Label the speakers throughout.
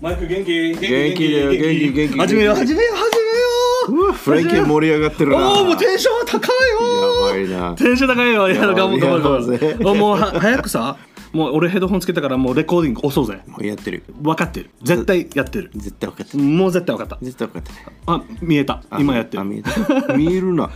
Speaker 1: マイク元気元気
Speaker 2: 元気だよ元気元気
Speaker 1: 始めよう始めよう始めよう
Speaker 2: うわフレンキー盛り上がってるな
Speaker 1: おおもうテンション高
Speaker 2: やば
Speaker 1: いよ
Speaker 2: いな
Speaker 1: テンション高いよいや
Speaker 2: やばい
Speaker 1: 頑張る頑張
Speaker 2: やばい
Speaker 1: る
Speaker 2: ぜ
Speaker 1: おもうは早くさもう俺ヘッドホンつけたからもうレコーディング押そうぜ
Speaker 2: もうやってる
Speaker 1: 分かってる絶対やってる
Speaker 2: 絶対分かってる
Speaker 1: もう絶対分かった
Speaker 2: 絶対分かってる
Speaker 1: あ見えた
Speaker 2: あ
Speaker 1: 今やって
Speaker 2: あ見え
Speaker 1: る
Speaker 2: た見えるな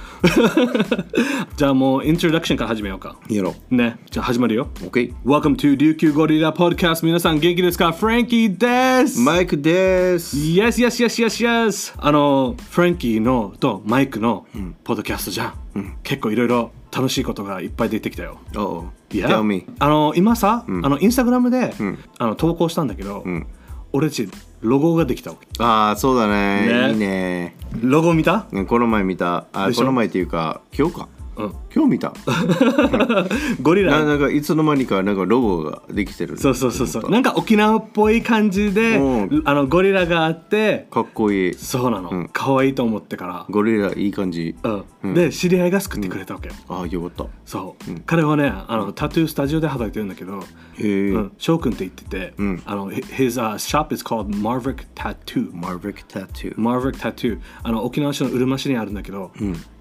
Speaker 1: じゃあもうイントロダクションから始めようか
Speaker 2: やろ
Speaker 1: ねじゃあ始まるよ
Speaker 2: う OK
Speaker 1: Welcome to 琉球ゴリラ Podcast 皆さん元気ですかフランキーです
Speaker 2: マイクですい
Speaker 1: Yes, yes, yes, yes, yes! あの、フランキーのとマイクのポッドキャストじゃん。結構いろいろ楽しいことがいっぱい出てきたよ。
Speaker 2: おう
Speaker 1: Yeah
Speaker 2: Tell me
Speaker 1: あの、今さ、あのインスタグラムで、あの投稿したんだけど、俺たちロゴができたわけ。
Speaker 2: ああそうだね
Speaker 1: ね
Speaker 2: いいね
Speaker 1: ロゴ見た
Speaker 2: うんこの前見たあ
Speaker 1: でしょ
Speaker 2: この前っていうか今日か、
Speaker 1: うん
Speaker 2: 今日 見た
Speaker 1: ゴリ
Speaker 2: な
Speaker 1: ラ。
Speaker 2: なんかいつの間にかなんかロゴができてる
Speaker 1: そうそうそうそう。なんか沖縄っぽい感じで、
Speaker 2: うん
Speaker 1: あのゴリラがあって、
Speaker 2: かっこいい
Speaker 1: そうなの、
Speaker 2: うん
Speaker 1: 可愛いと思ってか
Speaker 2: ゴリラいい感じ
Speaker 1: ら、うんで、知り合いが救ってくれたわけよ。
Speaker 2: ああよかっ
Speaker 1: そう、彼はねあのタトゥースタジオで働いてるんだけど、
Speaker 2: たへえ、
Speaker 1: うん、翔くんって言ってて、
Speaker 2: ん
Speaker 1: あの his、uh, shop is called Marvick Tattoo
Speaker 2: マーヴィックタトゥー
Speaker 1: Marvick Tattoo あの沖縄市のうるま市にあるんだけど、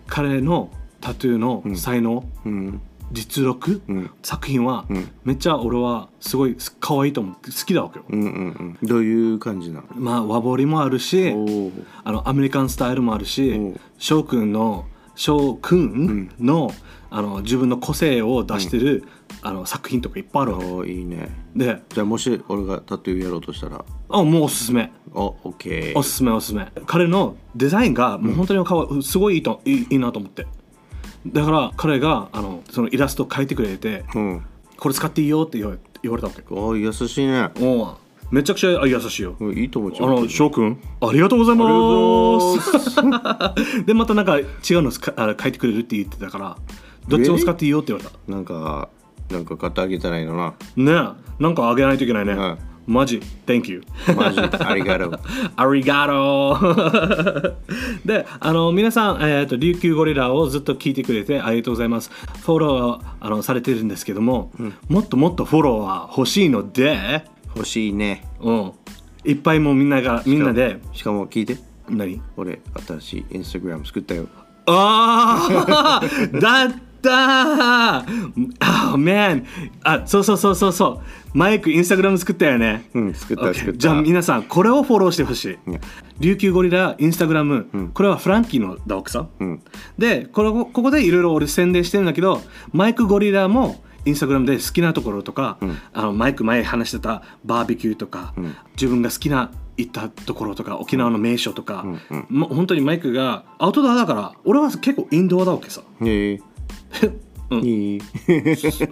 Speaker 1: 彼のタトゥーの才能、
Speaker 2: うん
Speaker 1: 実力、作品は、めっちゃ俺はすごい可愛いと思って好きだわけよ、
Speaker 2: うんうんうんどういう感じなの
Speaker 1: まあ和彫りもあるし
Speaker 2: お
Speaker 1: あのアメリカンスタイルもあるし
Speaker 2: お
Speaker 1: 翔くんの翔くんの,、あの自分の個性を出してる、あの作品とかいっぱいあるわけ
Speaker 2: おいいね
Speaker 1: で
Speaker 2: じゃあもし俺がタトゥーやろうとしたら
Speaker 1: あもうおすすめ
Speaker 2: あオッケ
Speaker 1: お
Speaker 2: ー
Speaker 1: すすめおすすめ彼のデザインがもう本当にかわいすごいいいといいいいなと思ってだから彼があのそのイラストを描いてくれて
Speaker 2: うん
Speaker 1: これ使っていいよって言われ言われたわけ
Speaker 2: あ優しいね
Speaker 1: おうめちゃくちゃあ優しいよ
Speaker 2: うんいいと思う
Speaker 1: あの翔くんありがとうござい
Speaker 2: ありがとう
Speaker 1: ま
Speaker 2: ございます
Speaker 1: すでまたなんか違うのかあ書いてくれるって言ってたからどっちも使っていいよって言われた
Speaker 2: なんかなんか買ってあげたらいいのな
Speaker 1: ねえなんかあげないといけないね、
Speaker 2: はい
Speaker 1: マジ Thank you
Speaker 2: マジありがとう
Speaker 1: ありがとう で、あの、皆さん、えっ、と、琉球ゴリラをずっと聞いてくれてありがとうございます。フォローあのされてるんですけども、もっともっとフォローは欲しいので、
Speaker 2: 欲しいね
Speaker 1: うん。いっぱいもうみんなが、みんなで、
Speaker 2: しかも聞いて
Speaker 1: 何
Speaker 2: 俺新しいインスタグラム作ったよ
Speaker 1: ああ だったーあ、oh, man! あ、そうそうそうそうそう。マイク、インスタグラム作ったよね。
Speaker 2: うん作った
Speaker 1: OK
Speaker 2: 作った
Speaker 1: じゃあ皆さん、これをフォローしてほしい。琉球ゴリラ、インスタグラム、これはフランキーのだわけさ。
Speaker 2: ん
Speaker 1: で、これここでいろいろ俺宣伝してるんだけど、マイクゴリラも、インスタグラムで好きなところとか、あのマイク前話してたバーベキューとか、自分が好きな行ったところとか沖縄の名所とか、もう本当にマイクがアウトドアだから俺は結構インドアだわけさ、
Speaker 2: へえ
Speaker 1: うん
Speaker 2: い い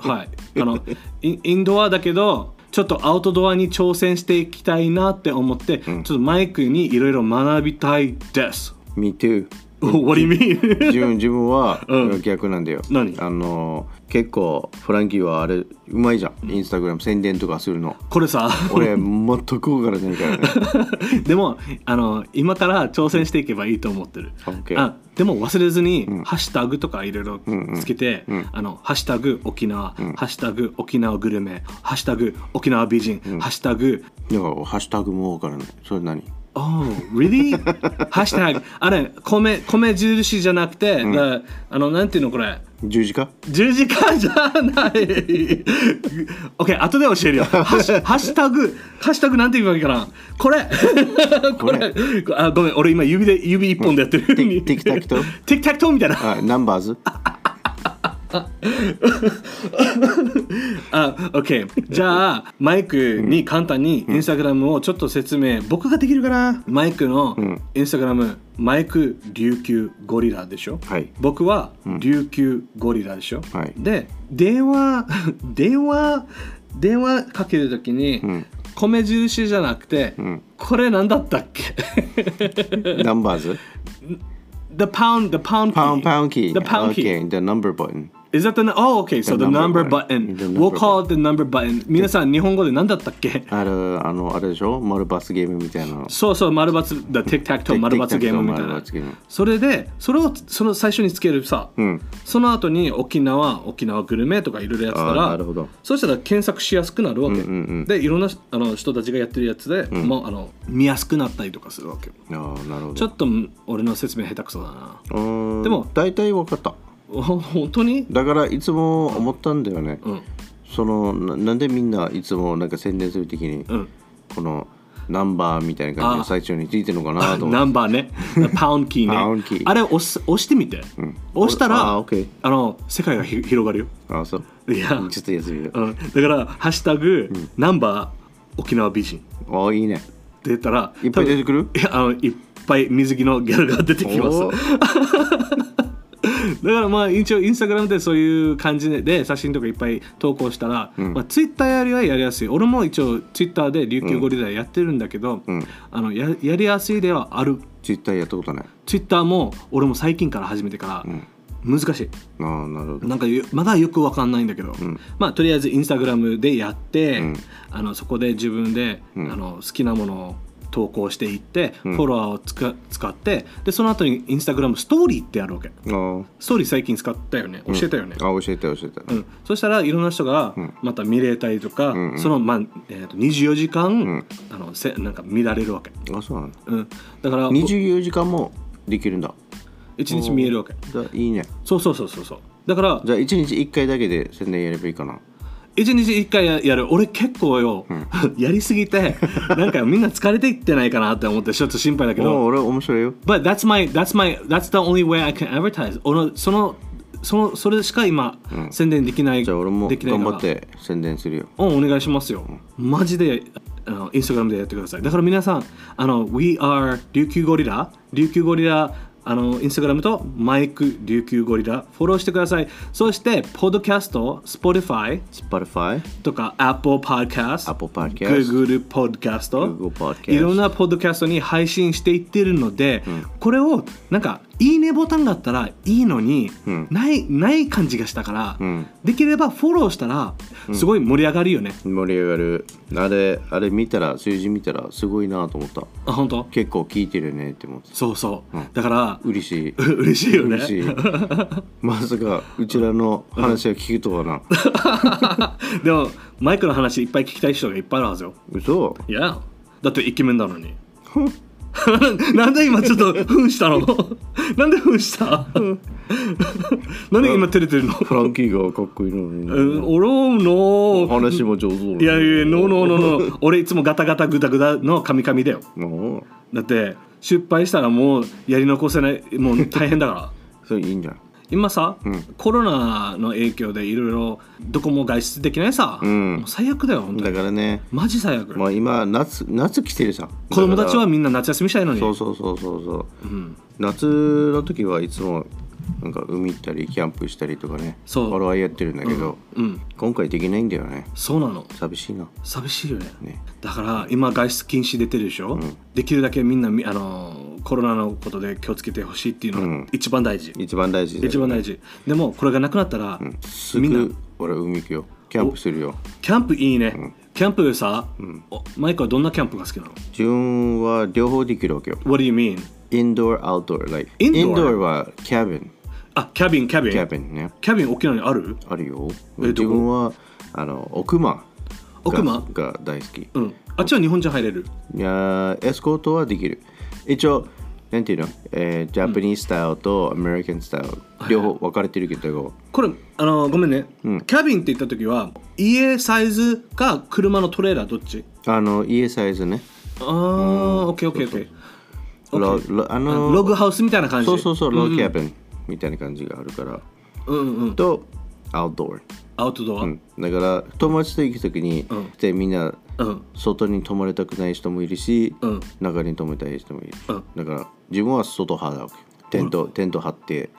Speaker 1: はい、あのインインドアだけどちょっとアウトドアに挑戦していきたいなって思って、ちょっとマイクにいろいろ学びたいです。
Speaker 2: Me too
Speaker 1: What do you mean?
Speaker 2: 自分自分は
Speaker 1: うん
Speaker 2: 逆なんだよ、
Speaker 1: 何
Speaker 2: あの結構フランキーはあれうまいじゃんインスタグラム宣伝とかするの
Speaker 1: これさ
Speaker 2: 俺全く分からないからね
Speaker 1: でもあの今から挑戦していけばいいと思ってる。
Speaker 2: OK
Speaker 1: あでも忘れずに、ハッシュタグとかいろいろつけて、あのハッシュタグ沖縄、ハッシュタグ沖縄グルメ、ハッシュタグ沖縄美人、ハッシュタグ
Speaker 2: だからハッシュタグも分からないそれ何
Speaker 1: Oh, really? ハッシュタグ。あれ、米、米印じゃなくて、だあの、なんていうのこれ。
Speaker 2: 十字架
Speaker 1: 十字架じゃない。OK、後で教え るよ。ハッシュハッシュタグ、ハッシュタグなんて言えばいいかな。これ、 これあ、ごめん、俺今指で、指一本でやってる。テ
Speaker 2: テキタキトー
Speaker 1: テキタキトーみたいな。
Speaker 2: あナンバーズ
Speaker 1: あ、OK。じゃあ、マイクに簡単にインスタグラムをちょっと説明、僕ができるかなマイクのインスタグラム、マイク琉球ゴリラでしょ
Speaker 2: はい
Speaker 1: 僕は琉球ゴリラでしょ、
Speaker 2: はい
Speaker 1: で、電話、 電話、電話かけるときに、米印じゃなくて、これなんだったっけ
Speaker 2: ナンバーズ
Speaker 1: ?The pound, the pound key.
Speaker 2: パウンパウンキー
Speaker 1: The pound key.
Speaker 2: Okay, the number button
Speaker 1: Is that the nu- oh okay so the
Speaker 2: The
Speaker 1: number
Speaker 2: number
Speaker 1: button
Speaker 2: button. The number
Speaker 1: we'll call it the number button 皆さん日本語で何だったっけ
Speaker 2: あるあのあれでしょ丸バスゲームみたいなの
Speaker 1: そうそう丸×だ tic tac toe 丸×ゲームみたい
Speaker 2: 丸
Speaker 1: な
Speaker 2: 罰ゲーム
Speaker 1: それでそれをその最初につけるさ、
Speaker 2: うん
Speaker 1: その後に沖縄沖縄グルメとかいろいろやってた
Speaker 2: あー
Speaker 1: ら
Speaker 2: なるほど
Speaker 1: そうしたら検索しやすくなるわけ、
Speaker 2: うんうん
Speaker 1: でいろんなあの人たちがやってるやつで、もうあの見やすくなったりとかするわけ
Speaker 2: ああなるほど
Speaker 1: ちょっと俺の説明下手くそだな
Speaker 2: うーん
Speaker 1: でも
Speaker 2: 大体分かった
Speaker 1: お本当に
Speaker 2: だからいつも思ったんだよね、
Speaker 1: うん
Speaker 2: そのななんでみんないつもなんか宣伝するときに、
Speaker 1: うん
Speaker 2: このナンバーみたいな感じ
Speaker 1: あ
Speaker 2: の最中についてるのかなと 思
Speaker 1: ナンバーねパウンドキーね
Speaker 2: パウンドキー
Speaker 1: あれ押す押してみて、
Speaker 2: ん
Speaker 1: 押したら
Speaker 2: あー OK
Speaker 1: あの世界がひ広がるよ
Speaker 2: ああそう
Speaker 1: いや
Speaker 2: ちょっと休みる
Speaker 1: うん、だから「ハッシュタグ、ナンバー沖縄美人」って
Speaker 2: ああいいね
Speaker 1: 言ったら
Speaker 2: いっぱい出てくる
Speaker 1: 多分いやあのいっぱい水着のギャルが出てきます
Speaker 2: お
Speaker 1: だからまあ一応インスタグラムでそういう感じで写真とかいっぱい投稿したら、まあ、ツイッターよりはやりやすい俺も一応ツイッターで琉球ゴリラやってるんだけど、
Speaker 2: うん
Speaker 1: あのややりやすいではある
Speaker 2: ツイッターやったことない
Speaker 1: ツイッターも俺も最近から始めてから難しい、
Speaker 2: ああなるほど
Speaker 1: なんかよまだよくわかんないんだけど、
Speaker 2: ん
Speaker 1: まあとりあえずインスタグラムでやって、
Speaker 2: ん
Speaker 1: あのそこで自分で、
Speaker 2: うん
Speaker 1: あの好きなものを投稿していって、
Speaker 2: ん
Speaker 1: フォロワーをつか使ってでその後にインスタグラムストーリーってあるわけ
Speaker 2: ああ
Speaker 1: ストーリー最近使ったよね教えたよね、
Speaker 2: あ教えて教えて、
Speaker 1: うんそしたらいろんな人がまた見れたりとか、
Speaker 2: んうん
Speaker 1: その、まあえー、と24時間、
Speaker 2: ん
Speaker 1: あのせなんか見られるわけ、
Speaker 2: あそうなんだ
Speaker 1: うん、だから1
Speaker 2: 24時間もできるんだ
Speaker 1: 日見えるわけ
Speaker 2: だいいね
Speaker 1: そうそうそうそうそうだから
Speaker 2: じゃあ1日1回だけで宣伝やればいいかな
Speaker 1: 一日一回ややる俺結構よ、 やりすぎてなんかみんな疲れていってないかなって思ってちょっと心配だけ
Speaker 2: おお
Speaker 1: ど
Speaker 2: 俺面白いよ
Speaker 1: But that's my that's my that's the only way I can advertise 俺そのそのそれしか今、宣伝できない
Speaker 2: じゃあ俺も
Speaker 1: できないか
Speaker 2: 頑
Speaker 1: ら
Speaker 2: 張って宣伝するよ
Speaker 1: うんお願いしますよマジであのインスタグラムでやってくださいだから皆さんあの We are 琉球ゴリラ琉球ゴリラあのインスタグラムとマイク琉球ゴリラフォローしてくださいそしてポッドキャスト Spotify
Speaker 2: Spotify
Speaker 1: とか Apple Podcast、
Speaker 2: Apple Podcast
Speaker 1: Google Podcast、
Speaker 2: Google Podcast
Speaker 1: いろんなポッドキャストに配信していってるので、これをなんかいいねボタンがあったらいいのに、
Speaker 2: ん
Speaker 1: ないない感じがしたから、
Speaker 2: ん
Speaker 1: できればフォローしたらすごい盛り上がるよね。
Speaker 2: 盛り上がるあれあれ見たら数字見たらすごいなと思った
Speaker 1: あ本当？
Speaker 2: 結構聞いてるねって思って
Speaker 1: そうそう。
Speaker 2: うん
Speaker 1: だから
Speaker 2: 嬉しいう
Speaker 1: 嬉しいよね。
Speaker 2: 嬉しいまさかうちらの話が聞くとはな、
Speaker 1: でもマイクの話いっぱい聞きたい人がいっぱいあるはずよ。
Speaker 2: 嘘
Speaker 1: いや、だってイケメンなのに。 なんで今ちょっと扮したの なんで扮した なんで今照れてるの
Speaker 2: フランキーがかっこいいの
Speaker 1: う
Speaker 2: に
Speaker 1: んおろうの
Speaker 2: 話も上手だ
Speaker 1: い
Speaker 2: ね
Speaker 1: やいやノーノーノーノー俺いつもガタガタグダグダのカミカミだよ
Speaker 2: も
Speaker 1: だって失敗したらもうやり残せないもう大変だから
Speaker 2: うそれいいんじゃない
Speaker 1: 今さ、
Speaker 2: ん
Speaker 1: コロナの影響でいろいろどこも外出できないさ、も
Speaker 2: ん
Speaker 1: う最悪だよ本当
Speaker 2: だ
Speaker 1: に
Speaker 2: からね
Speaker 1: マジ最悪、
Speaker 2: まあ今夏夏来てるさ
Speaker 1: 子供たちは
Speaker 2: だか
Speaker 1: みんな夏休みしたいの
Speaker 2: ら
Speaker 1: に
Speaker 2: そうそうそうそうそう
Speaker 1: うん
Speaker 2: 夏の時はいつもなんか海行ったりキャンプしたりとかね
Speaker 1: そう
Speaker 2: 俺はやってるんだけど、
Speaker 1: うん、
Speaker 2: 今回できないんだよね
Speaker 1: そうなの
Speaker 2: 寂しいな
Speaker 1: 寂しいよね
Speaker 2: ね
Speaker 1: だから今外出禁止出てるでしょ、できるだけみんなみあのーコロナのことで気をつけてほしいっていうの
Speaker 2: う
Speaker 1: が
Speaker 2: ん
Speaker 1: 一番大事、
Speaker 2: 一番大事
Speaker 1: 一番大
Speaker 2: 事
Speaker 1: 事でもこれがなくなったら、
Speaker 2: す
Speaker 1: みんな
Speaker 2: ぐ俺海行くよキャンプするよ
Speaker 1: キャンプいいね、キャンプさ、おマイクはどんなキャンプが好きなの
Speaker 2: 自分は両方できるわけよ
Speaker 1: What do you mean?
Speaker 2: インドアアウトドア like
Speaker 1: インドア
Speaker 2: インドアはキャビン
Speaker 1: あキャビンキャビン
Speaker 2: キャビンね
Speaker 1: キャビン沖縄にある
Speaker 2: あるよ
Speaker 1: えどこ
Speaker 2: 自分はあの奥間が
Speaker 1: 奥間
Speaker 2: が大好き
Speaker 1: うんあっちは日本人入れる
Speaker 2: いやーエスコートはできる一応なんていうの、えー、ジャパニーズスタイルとアメリカンスタイル、両方分かれてるけど
Speaker 1: これあのごめんね、
Speaker 2: うん
Speaker 1: キャビンって言った時は家サイズか車のトレーラーどっち
Speaker 2: あの家サイズね
Speaker 1: ああオッケーオッケーオッケー
Speaker 2: ロロあの
Speaker 1: ログハウスみたいな感じ
Speaker 2: そうそうそうローキャビンみたいな感じがあるから、
Speaker 1: うんうん
Speaker 2: とアウトド
Speaker 1: アウトドア、
Speaker 2: ア、うん、だから友達と行く時に、
Speaker 1: ん
Speaker 2: でみんな
Speaker 1: うん
Speaker 2: 外に泊まりたくない人もいるし、
Speaker 1: うん
Speaker 2: 中に泊めたい人もいる、
Speaker 1: うん
Speaker 2: だから自分は外派だわけテント、テント張って、
Speaker 1: うん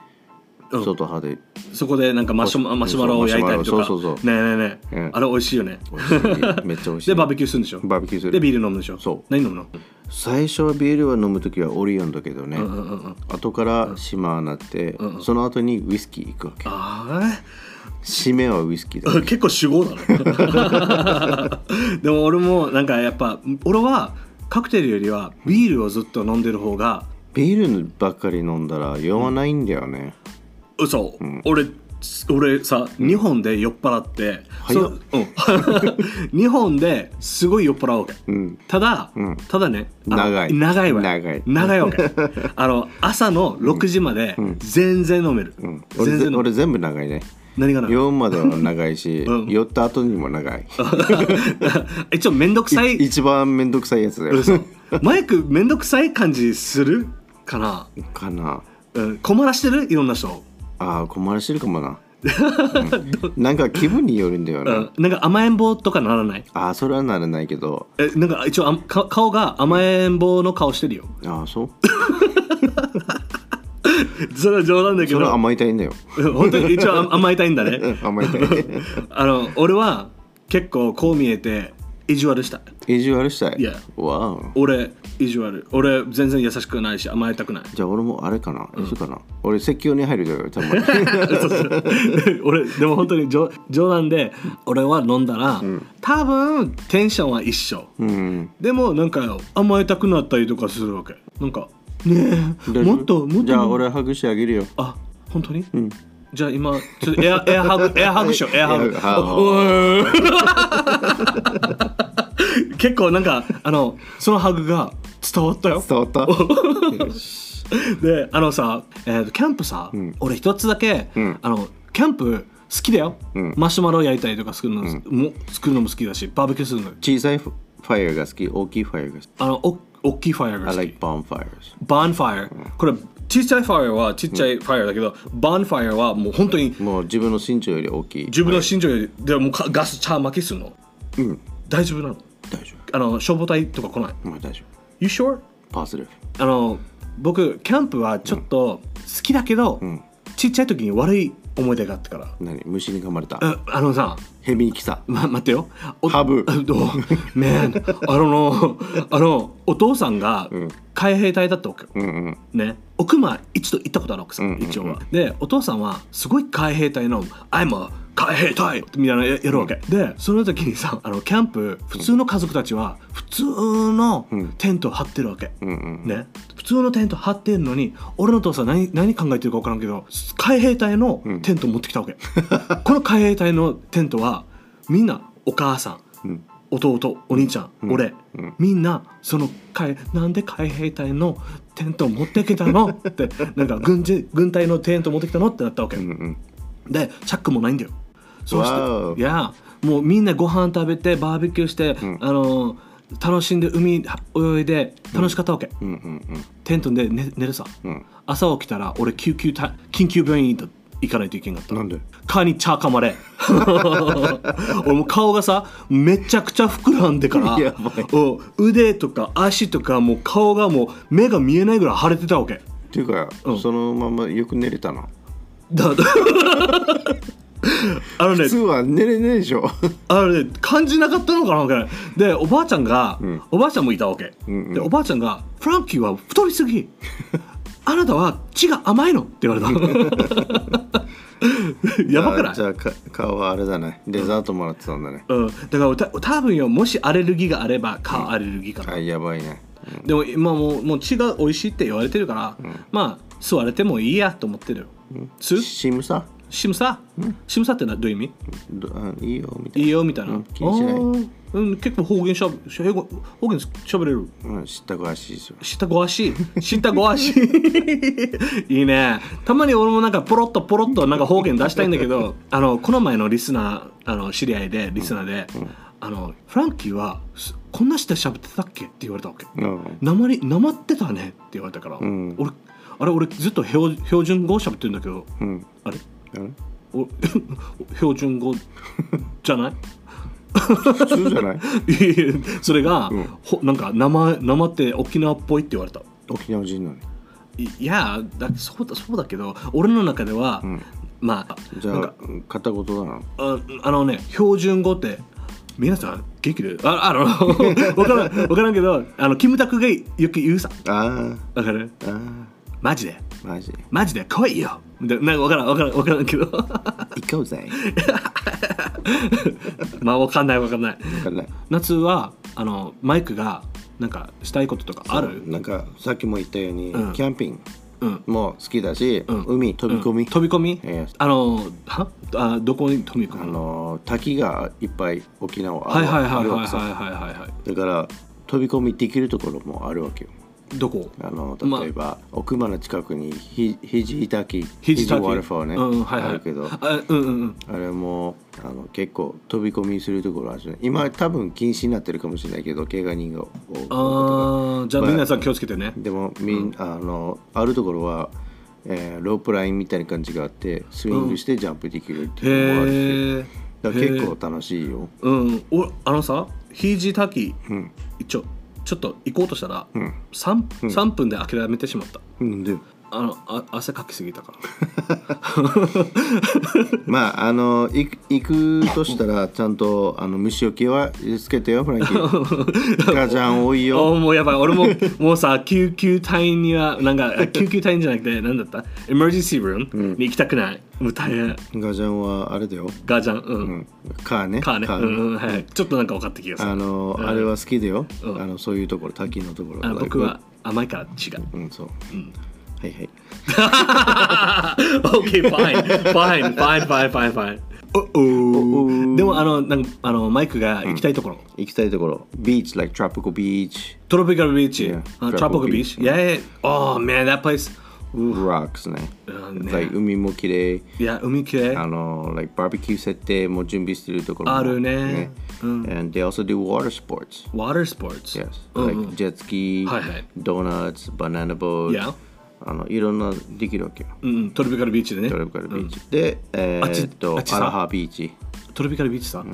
Speaker 2: 外派で
Speaker 1: そこでなんかマシュマ
Speaker 2: そう
Speaker 1: マシュマロを焼いたりとか
Speaker 2: マシュマロそうそうそう
Speaker 1: ねえねえねえ、
Speaker 2: うん
Speaker 1: あれ美味しいよね
Speaker 2: 美味しいめっちゃ美味しい
Speaker 1: でバーベキューするんでしょ
Speaker 2: バーベキューする
Speaker 1: でビール飲むでしょ
Speaker 2: そう
Speaker 1: 何飲むの
Speaker 2: 最初はビールは飲む時はオリオンだけどね、
Speaker 1: うんうんうん
Speaker 2: 後からシマーになって、その後にウイスキー行くわけ、
Speaker 1: ああ
Speaker 2: 締めはウイスキー だ、
Speaker 1: 結構主語だな でも俺もなんかやっぱ俺はカクテルよりはビールをずっと飲んでる方が
Speaker 2: ビールばっかり飲んだら酔わないんだよね、
Speaker 1: 嘘、俺俺さ日本で酔っ払って、
Speaker 2: 早っ
Speaker 1: そううん、 日本ですごい酔っ払うわけ、
Speaker 2: ん
Speaker 1: ただ、
Speaker 2: うん
Speaker 1: ただねあの
Speaker 2: 長い
Speaker 1: 長いわ
Speaker 2: 長い
Speaker 1: 長いわけあの朝の6時まで全然飲める、
Speaker 2: うん俺
Speaker 1: 全然
Speaker 2: ぜ
Speaker 1: 飲める
Speaker 2: 俺全部長いね
Speaker 1: 何がな
Speaker 2: 酔うまでは長いし、
Speaker 1: うん
Speaker 2: 酔った後にも長い
Speaker 1: 一応面倒くさい
Speaker 2: 一番めんどくさいやつだよ
Speaker 1: 嘘 マイク面倒くさい感じするかな、
Speaker 2: かな
Speaker 1: うん、困らしてるいろんな人、
Speaker 2: あー困らしてるか もな、うんなんか気分によるんだよ
Speaker 1: う
Speaker 2: な、
Speaker 1: ん、なんか甘えん坊とかならない
Speaker 2: あーそれはならないけど
Speaker 1: えなんか一応あんか顔が甘えん坊の顔してるよ
Speaker 2: ああそう
Speaker 1: それは冗談だけ
Speaker 2: それは
Speaker 1: ど
Speaker 2: 甘えたい んだよ
Speaker 1: 本当に一 応甘えたいんだね
Speaker 2: 甘えたい
Speaker 1: あの俺は結構こう見えて意地悪した
Speaker 2: 意地悪したい
Speaker 1: いや
Speaker 2: わあ
Speaker 1: 俺意地悪俺全然優しくないし甘えたくない
Speaker 2: じゃあ俺もあれかな、そうかな俺説教に入るだよ多分
Speaker 1: 俺でも本当に冗冗談で俺は飲んだら、多分テンションは一緒、
Speaker 2: うん
Speaker 1: でもなんか甘えたくなったりとかするわけなんかねえ
Speaker 2: 大丈夫
Speaker 1: もっともっと
Speaker 2: じゃあ俺ハグしてあげるよ
Speaker 1: あ本当に、じゃあ今ちょっとエアエアハグエアハグしようエアハ
Speaker 2: エアハグ
Speaker 1: グおい 結構なんかあのそのハグが伝わったよ
Speaker 2: 伝わった
Speaker 1: であのさ、えーとキャンプさ、俺一つだけ、
Speaker 2: ん
Speaker 1: あのキャンプ好きだよ、
Speaker 2: ん
Speaker 1: マシュマロ焼いたりとか作るの,、も作るのも好きだしバーベキューするの
Speaker 2: 小さいファイヤーが好き大きいファイヤーが好き
Speaker 1: あのお大きいファイアが好
Speaker 2: I
Speaker 1: き、
Speaker 2: like bonfires
Speaker 1: バンファイア。これ、小さいファイアはちっちゃいファイアだけど、バンファイアはもう本当に
Speaker 2: もう自分の身長より大きい
Speaker 1: 自分の身長より、でもうかガスチャー巻きするの。
Speaker 2: うん
Speaker 1: 大丈夫なの
Speaker 2: 大丈
Speaker 1: あの、消防隊とか来ない。
Speaker 2: 夫まあ大丈
Speaker 1: You sure?
Speaker 2: 夫パーセル
Speaker 1: あの、僕、キャンプはちょっと好きだけど、ちっちゃい時に悪い思い出があったから。
Speaker 2: 何虫に噛まれた
Speaker 1: ああのさ、
Speaker 2: ヘビに来た
Speaker 1: ま、待ってよ。お
Speaker 2: ハブ
Speaker 1: Man, あの、あの、お父さんが海兵隊だったわけよ。
Speaker 2: うんうん
Speaker 1: ね、奥間一度行ったことある奥さん、一応はでお父さんはすごい海兵隊の「I'm a 海兵隊!」みたいなのややるわけ、でその時にさあのキャンプ普通の家族たちは普通のテントを張ってるわけ、
Speaker 2: うんうん
Speaker 1: ね、普通のテント張ってるのに俺の父さん何何考えてるか分からんけど海兵隊のテント持ってきたわけ、 この海兵隊のテントはみんなお母さん、
Speaker 2: ん
Speaker 1: 弟お兄ちゃん、俺、
Speaker 2: ん
Speaker 1: みんなその海なんで海兵隊のテント持ってきたのってなんか軍事軍隊のテント持ってきたのってなったわけ、
Speaker 2: うんうん
Speaker 1: でチャックもないんだよそうして
Speaker 2: わお
Speaker 1: いやもうみんなご飯食べてバーベキューして、あの楽しんで海泳いで楽しかったわけ、
Speaker 2: うんうん
Speaker 1: テントで寝寝るさ、
Speaker 2: ん
Speaker 1: 朝起きたら俺救急隊緊急病院に行かないといけなかっ
Speaker 2: う
Speaker 1: た
Speaker 2: んなんで
Speaker 1: 蚊に茶噛まれ 俺もう顔がさめちゃくちゃ膨らんでから
Speaker 2: やばい
Speaker 1: お腕とか足とかもう顔がもう目が見えないぐらい腫れてたわけ
Speaker 2: っていうか
Speaker 1: うん
Speaker 2: そのままよく寝れたな
Speaker 1: だ あのね
Speaker 2: 普通は寝れねえでしょ
Speaker 1: あれ感じなかったのかなみたいなでおばあちゃんが、おばあちゃんもいたわけ、
Speaker 2: んうん
Speaker 1: でおばあちゃんが「フランキーは太りすぎあなたは血が甘いの」って言われた やばくな
Speaker 2: あ
Speaker 1: い
Speaker 2: じゃあか顔はあれだねデザートもらってたんだね
Speaker 1: うん、だからた多分よもしアレルギーがあれば蚊アレルギーかな、
Speaker 2: あやばいね
Speaker 1: でも今もうもう血が美味しいって言われてるから、まあ吸われてもいいやと思ってるよ、吸う
Speaker 2: シムさ
Speaker 1: シムサ、シムサってのはどういう意味
Speaker 2: どあいいよみたい
Speaker 1: いいよみたいな、
Speaker 2: うん気にしない
Speaker 1: あーうん、結構方言しゃべしゃ方言しゃべれる
Speaker 2: な、うん、知った詳しいですよ
Speaker 1: 下ご足下ご足 いいねたまに俺もなんかポロッとポロッとなんか方言出したいんだけどあのこの前のリスナーあの知り合いでリスナーで、あのフランキーはすこんなして喋ってたっけって言われたわけ
Speaker 2: うん
Speaker 1: なまりなまってたねって言われたから、
Speaker 2: ん
Speaker 1: 俺あれ俺ずっと標標準語喋ってるんだけど
Speaker 2: うん
Speaker 1: あれ
Speaker 2: あれ
Speaker 1: お 標準語じゃない
Speaker 2: 普通じゃない
Speaker 1: いやいやそれが、
Speaker 2: ん
Speaker 1: ほなんかなまなまって沖縄っぽいって言われた
Speaker 2: 沖縄人なのに
Speaker 1: いいやだそうだそうだけど俺の中では、まあ
Speaker 2: じゃ
Speaker 1: なんか
Speaker 2: あ片言だな
Speaker 1: ああのね標準語って皆さん元気でああの わからんわからんけどあのキムタクがよく言うさ
Speaker 2: あー
Speaker 1: わかる
Speaker 2: あー
Speaker 1: マジで
Speaker 2: マジ
Speaker 1: マジで来いよでなんか分からん分からん分からんけど
Speaker 2: 行こうぜ。
Speaker 1: まあ分かんない分かんない
Speaker 2: わかんない
Speaker 1: 夏はあのマイクがなんかしたいこととかある
Speaker 2: なんかさっきも言ったように、
Speaker 1: うん
Speaker 2: キャンピン
Speaker 1: うん
Speaker 2: グも好きだし、
Speaker 1: ん
Speaker 2: 海飛び込み、
Speaker 1: うん飛び込み、
Speaker 2: ええ
Speaker 1: あのはあどこに飛び込
Speaker 2: あ
Speaker 1: む
Speaker 2: の滝がいっぱい沖縄は
Speaker 1: はいはいはいは
Speaker 2: あ
Speaker 1: い
Speaker 2: る
Speaker 1: はい
Speaker 2: わけさ
Speaker 1: はいはいは
Speaker 2: だから飛び込みできるところもあるわけよ
Speaker 1: いどこ
Speaker 2: あの
Speaker 1: まあ
Speaker 2: 例えば、奥間の近くにひひじ滝
Speaker 1: ヒジタキ
Speaker 2: ワルフォーね、
Speaker 1: うんはいはい、
Speaker 2: あるけど
Speaker 1: あうんうんうん
Speaker 2: あれもあの結構飛び込みするところあるしね今多分禁止になってるかもしれないけど怪我人が多いこと
Speaker 1: あーじゃあ
Speaker 2: まあ
Speaker 1: みんなさん気をつけてね
Speaker 2: がでもみん、あのあるところは、えーロープラインみたいな感じがあってスイングしてジャンプできるっていうのもあるし、
Speaker 1: へえ
Speaker 2: だから結構楽しいよ、
Speaker 1: うんおあのさひじたき
Speaker 2: うん
Speaker 1: 一応ちょっと行こうとしたら、
Speaker 2: うん
Speaker 1: 三三分で諦めてしまった
Speaker 2: うん、で
Speaker 1: あのあ汗かきすぎたから
Speaker 2: まああのい行くとしたらちゃんとあの虫除けはつけてよフラン キーガジャン多い
Speaker 1: お
Speaker 2: よ
Speaker 1: もうやばい俺も もうさ救急隊員にはなんかあ救急隊員じゃなくて なんだったエマージェンシールームに行きたくない、もう大変
Speaker 2: ガジャンはあれだよ、
Speaker 1: ガジャンうん、
Speaker 2: うん、カーね
Speaker 1: カーねうんうんはいちょっとなんか分かった気がする
Speaker 2: あ
Speaker 1: あの
Speaker 2: の、あれは好きだよ、
Speaker 1: うん
Speaker 2: あのそういうところ滝のところ
Speaker 1: 僕は甘いから違う
Speaker 2: うんそう、はいはい
Speaker 1: OK fine fine fine fine fine fine おお
Speaker 2: お
Speaker 1: でもあのなんかあのマイクが行きたいところ、
Speaker 2: 行きたいところビーチ like tropical beach
Speaker 1: トロピカルビーチ、
Speaker 2: Yeah.
Speaker 1: あトロピカルビーチ yeah yeah. oh man that place
Speaker 2: rocks ね、
Speaker 1: うんね
Speaker 2: like 海も綺麗
Speaker 1: いや海きれい
Speaker 2: あの like バーベキュー設定も準備してるところも
Speaker 1: あるねう
Speaker 2: and they also do water sports
Speaker 1: water sports
Speaker 2: Yes.
Speaker 1: うんうん
Speaker 2: Like jet ski,
Speaker 1: はいはい
Speaker 2: donuts, banana boat.
Speaker 1: Yeah.
Speaker 2: あのいろんなできるわけよ。
Speaker 1: うんうんトロピカルビーチでね
Speaker 2: トロピカルビーチ。で、え
Speaker 1: あっち
Speaker 2: ー、っと
Speaker 1: あっ、ちさ
Speaker 2: アラハビーチ。
Speaker 1: トロピカルビーチさ、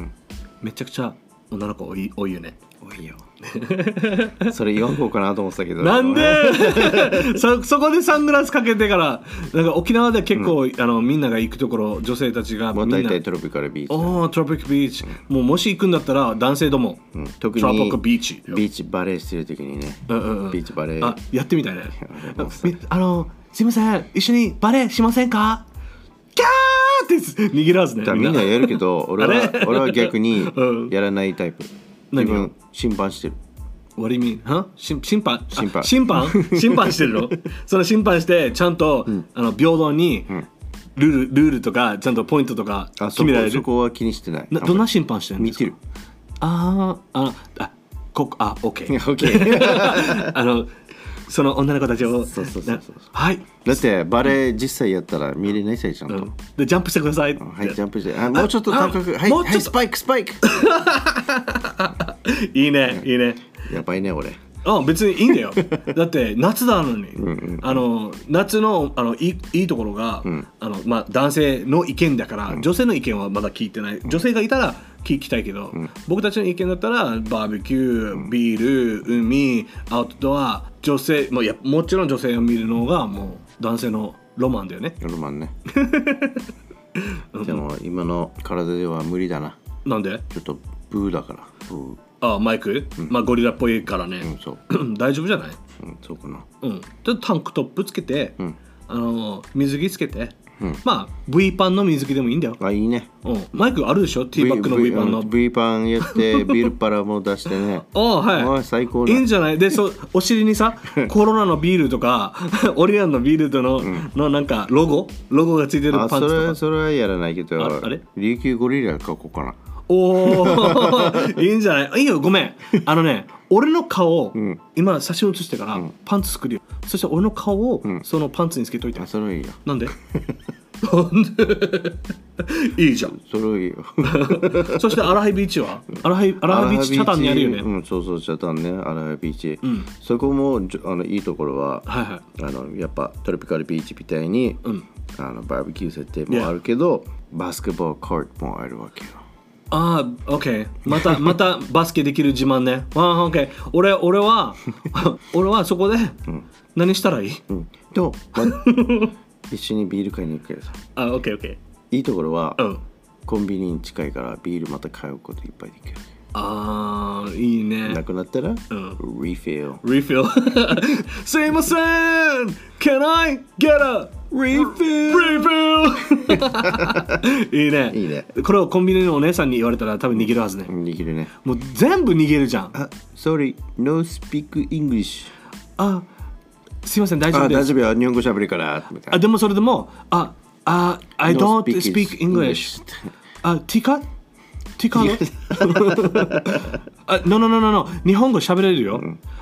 Speaker 1: めちゃくちゃ女の子多い多いよね。
Speaker 2: おいよ。 それ言わんこうかなと思ってたけど。
Speaker 1: なん でそそこでサングラスかけてからなんか沖縄で結構、あのみんなが行くところ女性たちが
Speaker 2: ま
Speaker 1: み
Speaker 2: あ
Speaker 1: んな
Speaker 2: 大体トロピカルビーチ。
Speaker 1: おートロピカルビーチ、もうもし行くんだったら男性ども、
Speaker 2: うん特に
Speaker 1: トロピカルビーチ
Speaker 2: ビーチバレーしてる時にね。
Speaker 1: うんうんうん
Speaker 2: ビーチバレー
Speaker 1: あ。やってみたいね
Speaker 2: もうさ
Speaker 1: みあのすいません一緒にバレーしませんかキャーってす逃げるはずね
Speaker 2: だからみんなやるけ ど、俺は
Speaker 1: あれ
Speaker 2: 俺は逆に
Speaker 1: うん
Speaker 2: やらないタイプ。自
Speaker 1: 何を
Speaker 2: 分審判してる。
Speaker 1: What do you mean? は審審判
Speaker 2: 審判
Speaker 1: あ審 判審判してるのその審判してちゃんと、あの平等にルールルールとかちゃんとポイントとか
Speaker 2: あ
Speaker 1: 決
Speaker 2: そ
Speaker 1: め
Speaker 2: こ
Speaker 1: られ
Speaker 2: そ
Speaker 1: る
Speaker 2: こは気にしてない。
Speaker 1: などんな審判してるんで
Speaker 2: 見
Speaker 1: すか
Speaker 2: てる。
Speaker 1: あーああこあ OK
Speaker 2: オッケ ー。
Speaker 1: あのその女の子たちを
Speaker 2: そうそうそうそう
Speaker 1: なはい
Speaker 2: だってバレー実際やったら見れないさちゃんと、
Speaker 1: でジャンプしてくださいって
Speaker 2: はいジャンプしてあもうちょっと
Speaker 1: あ
Speaker 2: 高くはい
Speaker 1: もうちょっと
Speaker 2: はいスパイクスパイク
Speaker 1: いいねいいね
Speaker 2: やばいね俺
Speaker 1: あ別にいいん だよだって夏なのにあの夏のあのいいいいところが、あのまあ、男性の意見だから、女性の意見はまだ聞いてない女性がいたら聞きたいけど、僕たちの意見だったらバーベキュービール海アウトドア女性もういやもちろん女性を見るのがもう男性のロマンだよね
Speaker 2: ロマンねでも今の体では無理だな
Speaker 1: なんで
Speaker 2: ちょっとブーだからブー
Speaker 1: あマイク、まあ、ゴリラっぽいから
Speaker 2: う
Speaker 1: ね
Speaker 2: ん、そう、
Speaker 1: 大丈夫じゃない、
Speaker 2: うん、そうかな
Speaker 1: うん、ちょっとタンクトップつけて、
Speaker 2: ん
Speaker 1: あの水着つけて、
Speaker 2: うん
Speaker 1: まあ V パンの水着でもいいんだよ、
Speaker 2: あいいね
Speaker 1: うん、マイクあるでしょティーバッグの V パンの
Speaker 2: V, v パンやって ビールパラも出してね
Speaker 1: ああは
Speaker 2: おい
Speaker 1: い
Speaker 2: 最高
Speaker 1: い
Speaker 2: だ
Speaker 1: いんじゃないでそうお尻に さコロナのビールとか オリアンのビールとの,、のなんかロゴロゴがついてるパン
Speaker 2: あ
Speaker 1: ツと
Speaker 2: それ
Speaker 1: か
Speaker 2: それはやらないけど
Speaker 1: ああれ
Speaker 2: 琉球ゴリラ書こうかな
Speaker 1: おお いいんじゃないいいよごめんあのね俺の顔を、
Speaker 2: ん
Speaker 1: 今写真写してから、パンツ作るよそして俺の顔を、そのパンツにつけといて
Speaker 2: あそれいいよ
Speaker 1: なんでなんでいいじゃん
Speaker 2: それいいよ
Speaker 1: そしてアラハイビーチはアラハイアラハイビーチチャタンにあるよね、
Speaker 2: うん、そうそう、チャタンね、アラハビーチ。そこもじょあのいいところは、
Speaker 1: はいはい
Speaker 2: あのやっぱトロピカルビーチみたいに、
Speaker 1: ん
Speaker 2: あのバーベキュー設定もあるけど、バスケボールコートもあるわけよ。
Speaker 1: ああ、OK。ま た、またバスケできる自慢ね。ああ、OK。俺、俺は、 俺はそこで、何したらいい
Speaker 2: うん、と、ま、 一緒にビール買いに行くけどさ、
Speaker 1: あ、OK、OK。
Speaker 2: いいところは、
Speaker 1: うん。
Speaker 2: コンビニに近いからビールまた買うこといっぱいできる。
Speaker 1: ああ、いい
Speaker 2: な
Speaker 1: ね。
Speaker 2: くなったら、
Speaker 1: ん
Speaker 2: refill。
Speaker 1: Refill。すいません !Can I get a
Speaker 2: Refill!
Speaker 1: いいね
Speaker 2: いいね
Speaker 1: これをコンビニのお姉さんに言われたら多分逃げるはずね、
Speaker 2: 握るね。
Speaker 1: もう全部逃げるじゃん
Speaker 2: あ、sorry, no speak English.
Speaker 1: あすいません大丈
Speaker 2: あ、
Speaker 1: 夫で
Speaker 2: 大
Speaker 1: す
Speaker 2: 丈夫よ。日本語喋るから。みたい
Speaker 1: あ
Speaker 2: な
Speaker 1: でもそれでもああ I
Speaker 2: No
Speaker 1: don't
Speaker 2: speak
Speaker 1: speak English あティカティカあ no no no no no 日本語喋れるよ、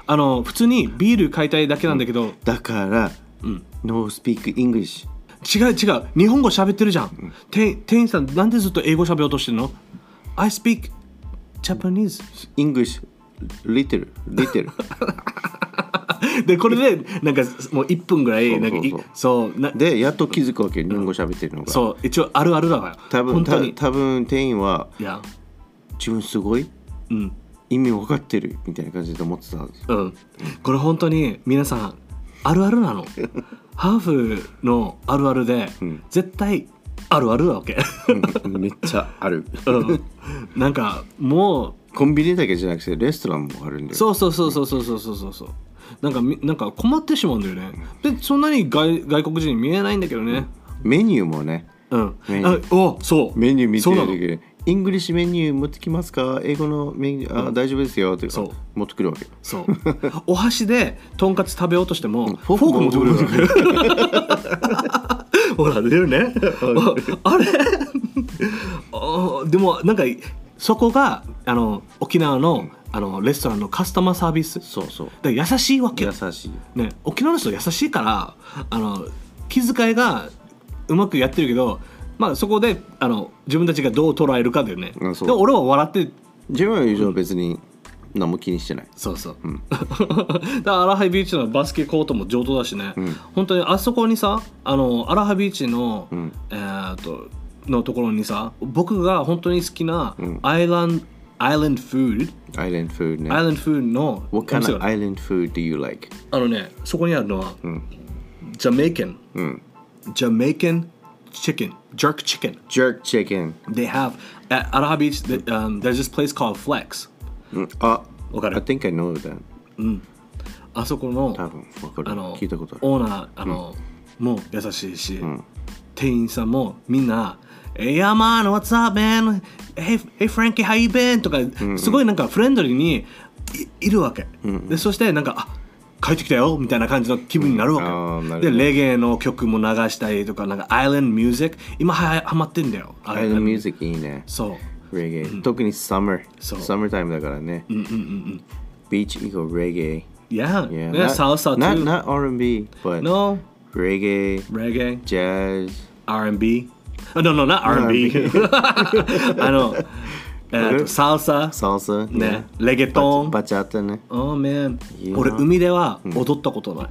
Speaker 1: あの普通にビール買いたいだけなんだけど、
Speaker 2: だから、no speak English.
Speaker 1: 違う違う日本語喋ってるじゃん、店店員さんなんでずっと英語喋ろうとしてるの I speak Japanese
Speaker 2: English, little, little.
Speaker 1: でこれでなんかもう1分ぐらいなんかいそうな
Speaker 2: で、やっと気づくわけ。日本語喋ってるのが。
Speaker 1: そう一応あるあるだから
Speaker 2: 多分
Speaker 1: 本当
Speaker 2: た
Speaker 1: に
Speaker 2: 多分店員は、
Speaker 1: いや
Speaker 2: 自分すごい
Speaker 1: うん
Speaker 2: 意味わかってるみたいな感じで思ってたんです よ。
Speaker 1: うんこれ本当に皆さんあるあるなのハーフのあるあるで、
Speaker 2: ん
Speaker 1: 絶対あるあるなわけ、
Speaker 2: めっちゃある。
Speaker 1: うん、なんかもう
Speaker 2: コンビニだけじゃなくてレストランもあるんで。
Speaker 1: そうそうそうそうそうそうそうそうそうなんかみなんか困ってしまうんだよねでそんなに外外国人に見えないんだけどね
Speaker 2: メニューもね、
Speaker 1: うん、
Speaker 2: メニ
Speaker 1: あ
Speaker 2: ュ
Speaker 1: おそう
Speaker 2: メニュー見て
Speaker 1: そう
Speaker 2: る
Speaker 1: な
Speaker 2: だ
Speaker 1: の
Speaker 2: けで、イングリッシュメニュー持ってきますか英語のメニュー、あ、大丈夫ですよって
Speaker 1: そう
Speaker 2: 持ってくるわけ。
Speaker 1: そう お箸でとんかつ食べようとしても、
Speaker 2: フ
Speaker 1: フ
Speaker 2: ォ
Speaker 1: ォ
Speaker 2: ーク
Speaker 1: ーク持ってくるからほら出るねああれ あでもなんかそこがあの沖縄のあのレストランのカスタマーサービス
Speaker 2: そうそう。
Speaker 1: だから優しいわけ
Speaker 2: 優しい。
Speaker 1: ね、沖縄の人優しいからあの気遣いがうまくやってるけど、まあ、そこであの自分たちがどう捉えるかだよね、
Speaker 2: うんそう
Speaker 1: で俺は笑って
Speaker 2: 自分は以上別に何も気にしてない。
Speaker 1: そうそう、 だからアラハイビーチのバスケコートも上等だしね、
Speaker 2: ん
Speaker 1: 本当にあそこにさあのアラハビーチの、
Speaker 2: ん
Speaker 1: えーっとのところにさ僕が本当に好きな
Speaker 2: うん
Speaker 1: アイラン、アイランドフード
Speaker 2: アイランドフードね。
Speaker 1: アイランドフードのお
Speaker 2: What kind
Speaker 1: 店が
Speaker 2: of
Speaker 1: ある
Speaker 2: island food do you like?
Speaker 1: あのねそこにあるのは、
Speaker 2: ん
Speaker 1: ジャメイケン
Speaker 2: うん。
Speaker 1: Jamaican chicken, jerk chicken.
Speaker 2: Jerk chicken.
Speaker 1: They have at Araha Beach. th- Um, there's this place called Flex.
Speaker 2: うんあ、
Speaker 1: わか
Speaker 2: Mm, ah, I
Speaker 1: る。
Speaker 2: think I know that.
Speaker 1: あそこの
Speaker 2: 多分わかる
Speaker 1: あの
Speaker 2: 聞いたことある。
Speaker 1: オーナーあの、もう優しいし、店員さんもみんな。Hey, yeah, man, what's up, man? Hey, hey, Frankie, how you been? とか、すごいなんかフレンドリーにいいるわけ、で、そしてなんか、あ帰ってきたよみたいな感じの気分になる
Speaker 2: うんあ
Speaker 1: わ
Speaker 2: ー
Speaker 1: け。
Speaker 2: なるほ
Speaker 1: で、
Speaker 2: ど
Speaker 1: レゲエの曲も流したりとか、なんか、アイランドミュージック、今はやハマってんだよ。
Speaker 2: アイランドミュージックいいね。
Speaker 1: そう。
Speaker 2: レゲエ。特に summer。
Speaker 1: そう
Speaker 2: summer time だからね。Beach equal reggae.
Speaker 1: Yeah. yeah
Speaker 2: Yeah. not-
Speaker 1: salsa
Speaker 2: Not
Speaker 1: too.
Speaker 2: not R&B, but
Speaker 1: no.
Speaker 2: reggae,
Speaker 1: Reggae.
Speaker 2: jazz.
Speaker 1: R and B. Oh, no, no, not R and B. I know. Uh, salsa.
Speaker 2: Salsa.
Speaker 1: ね。レゲトン。
Speaker 2: バチャタね。
Speaker 1: Oh man.
Speaker 2: Yeah.
Speaker 1: 俺海では踊ったことない。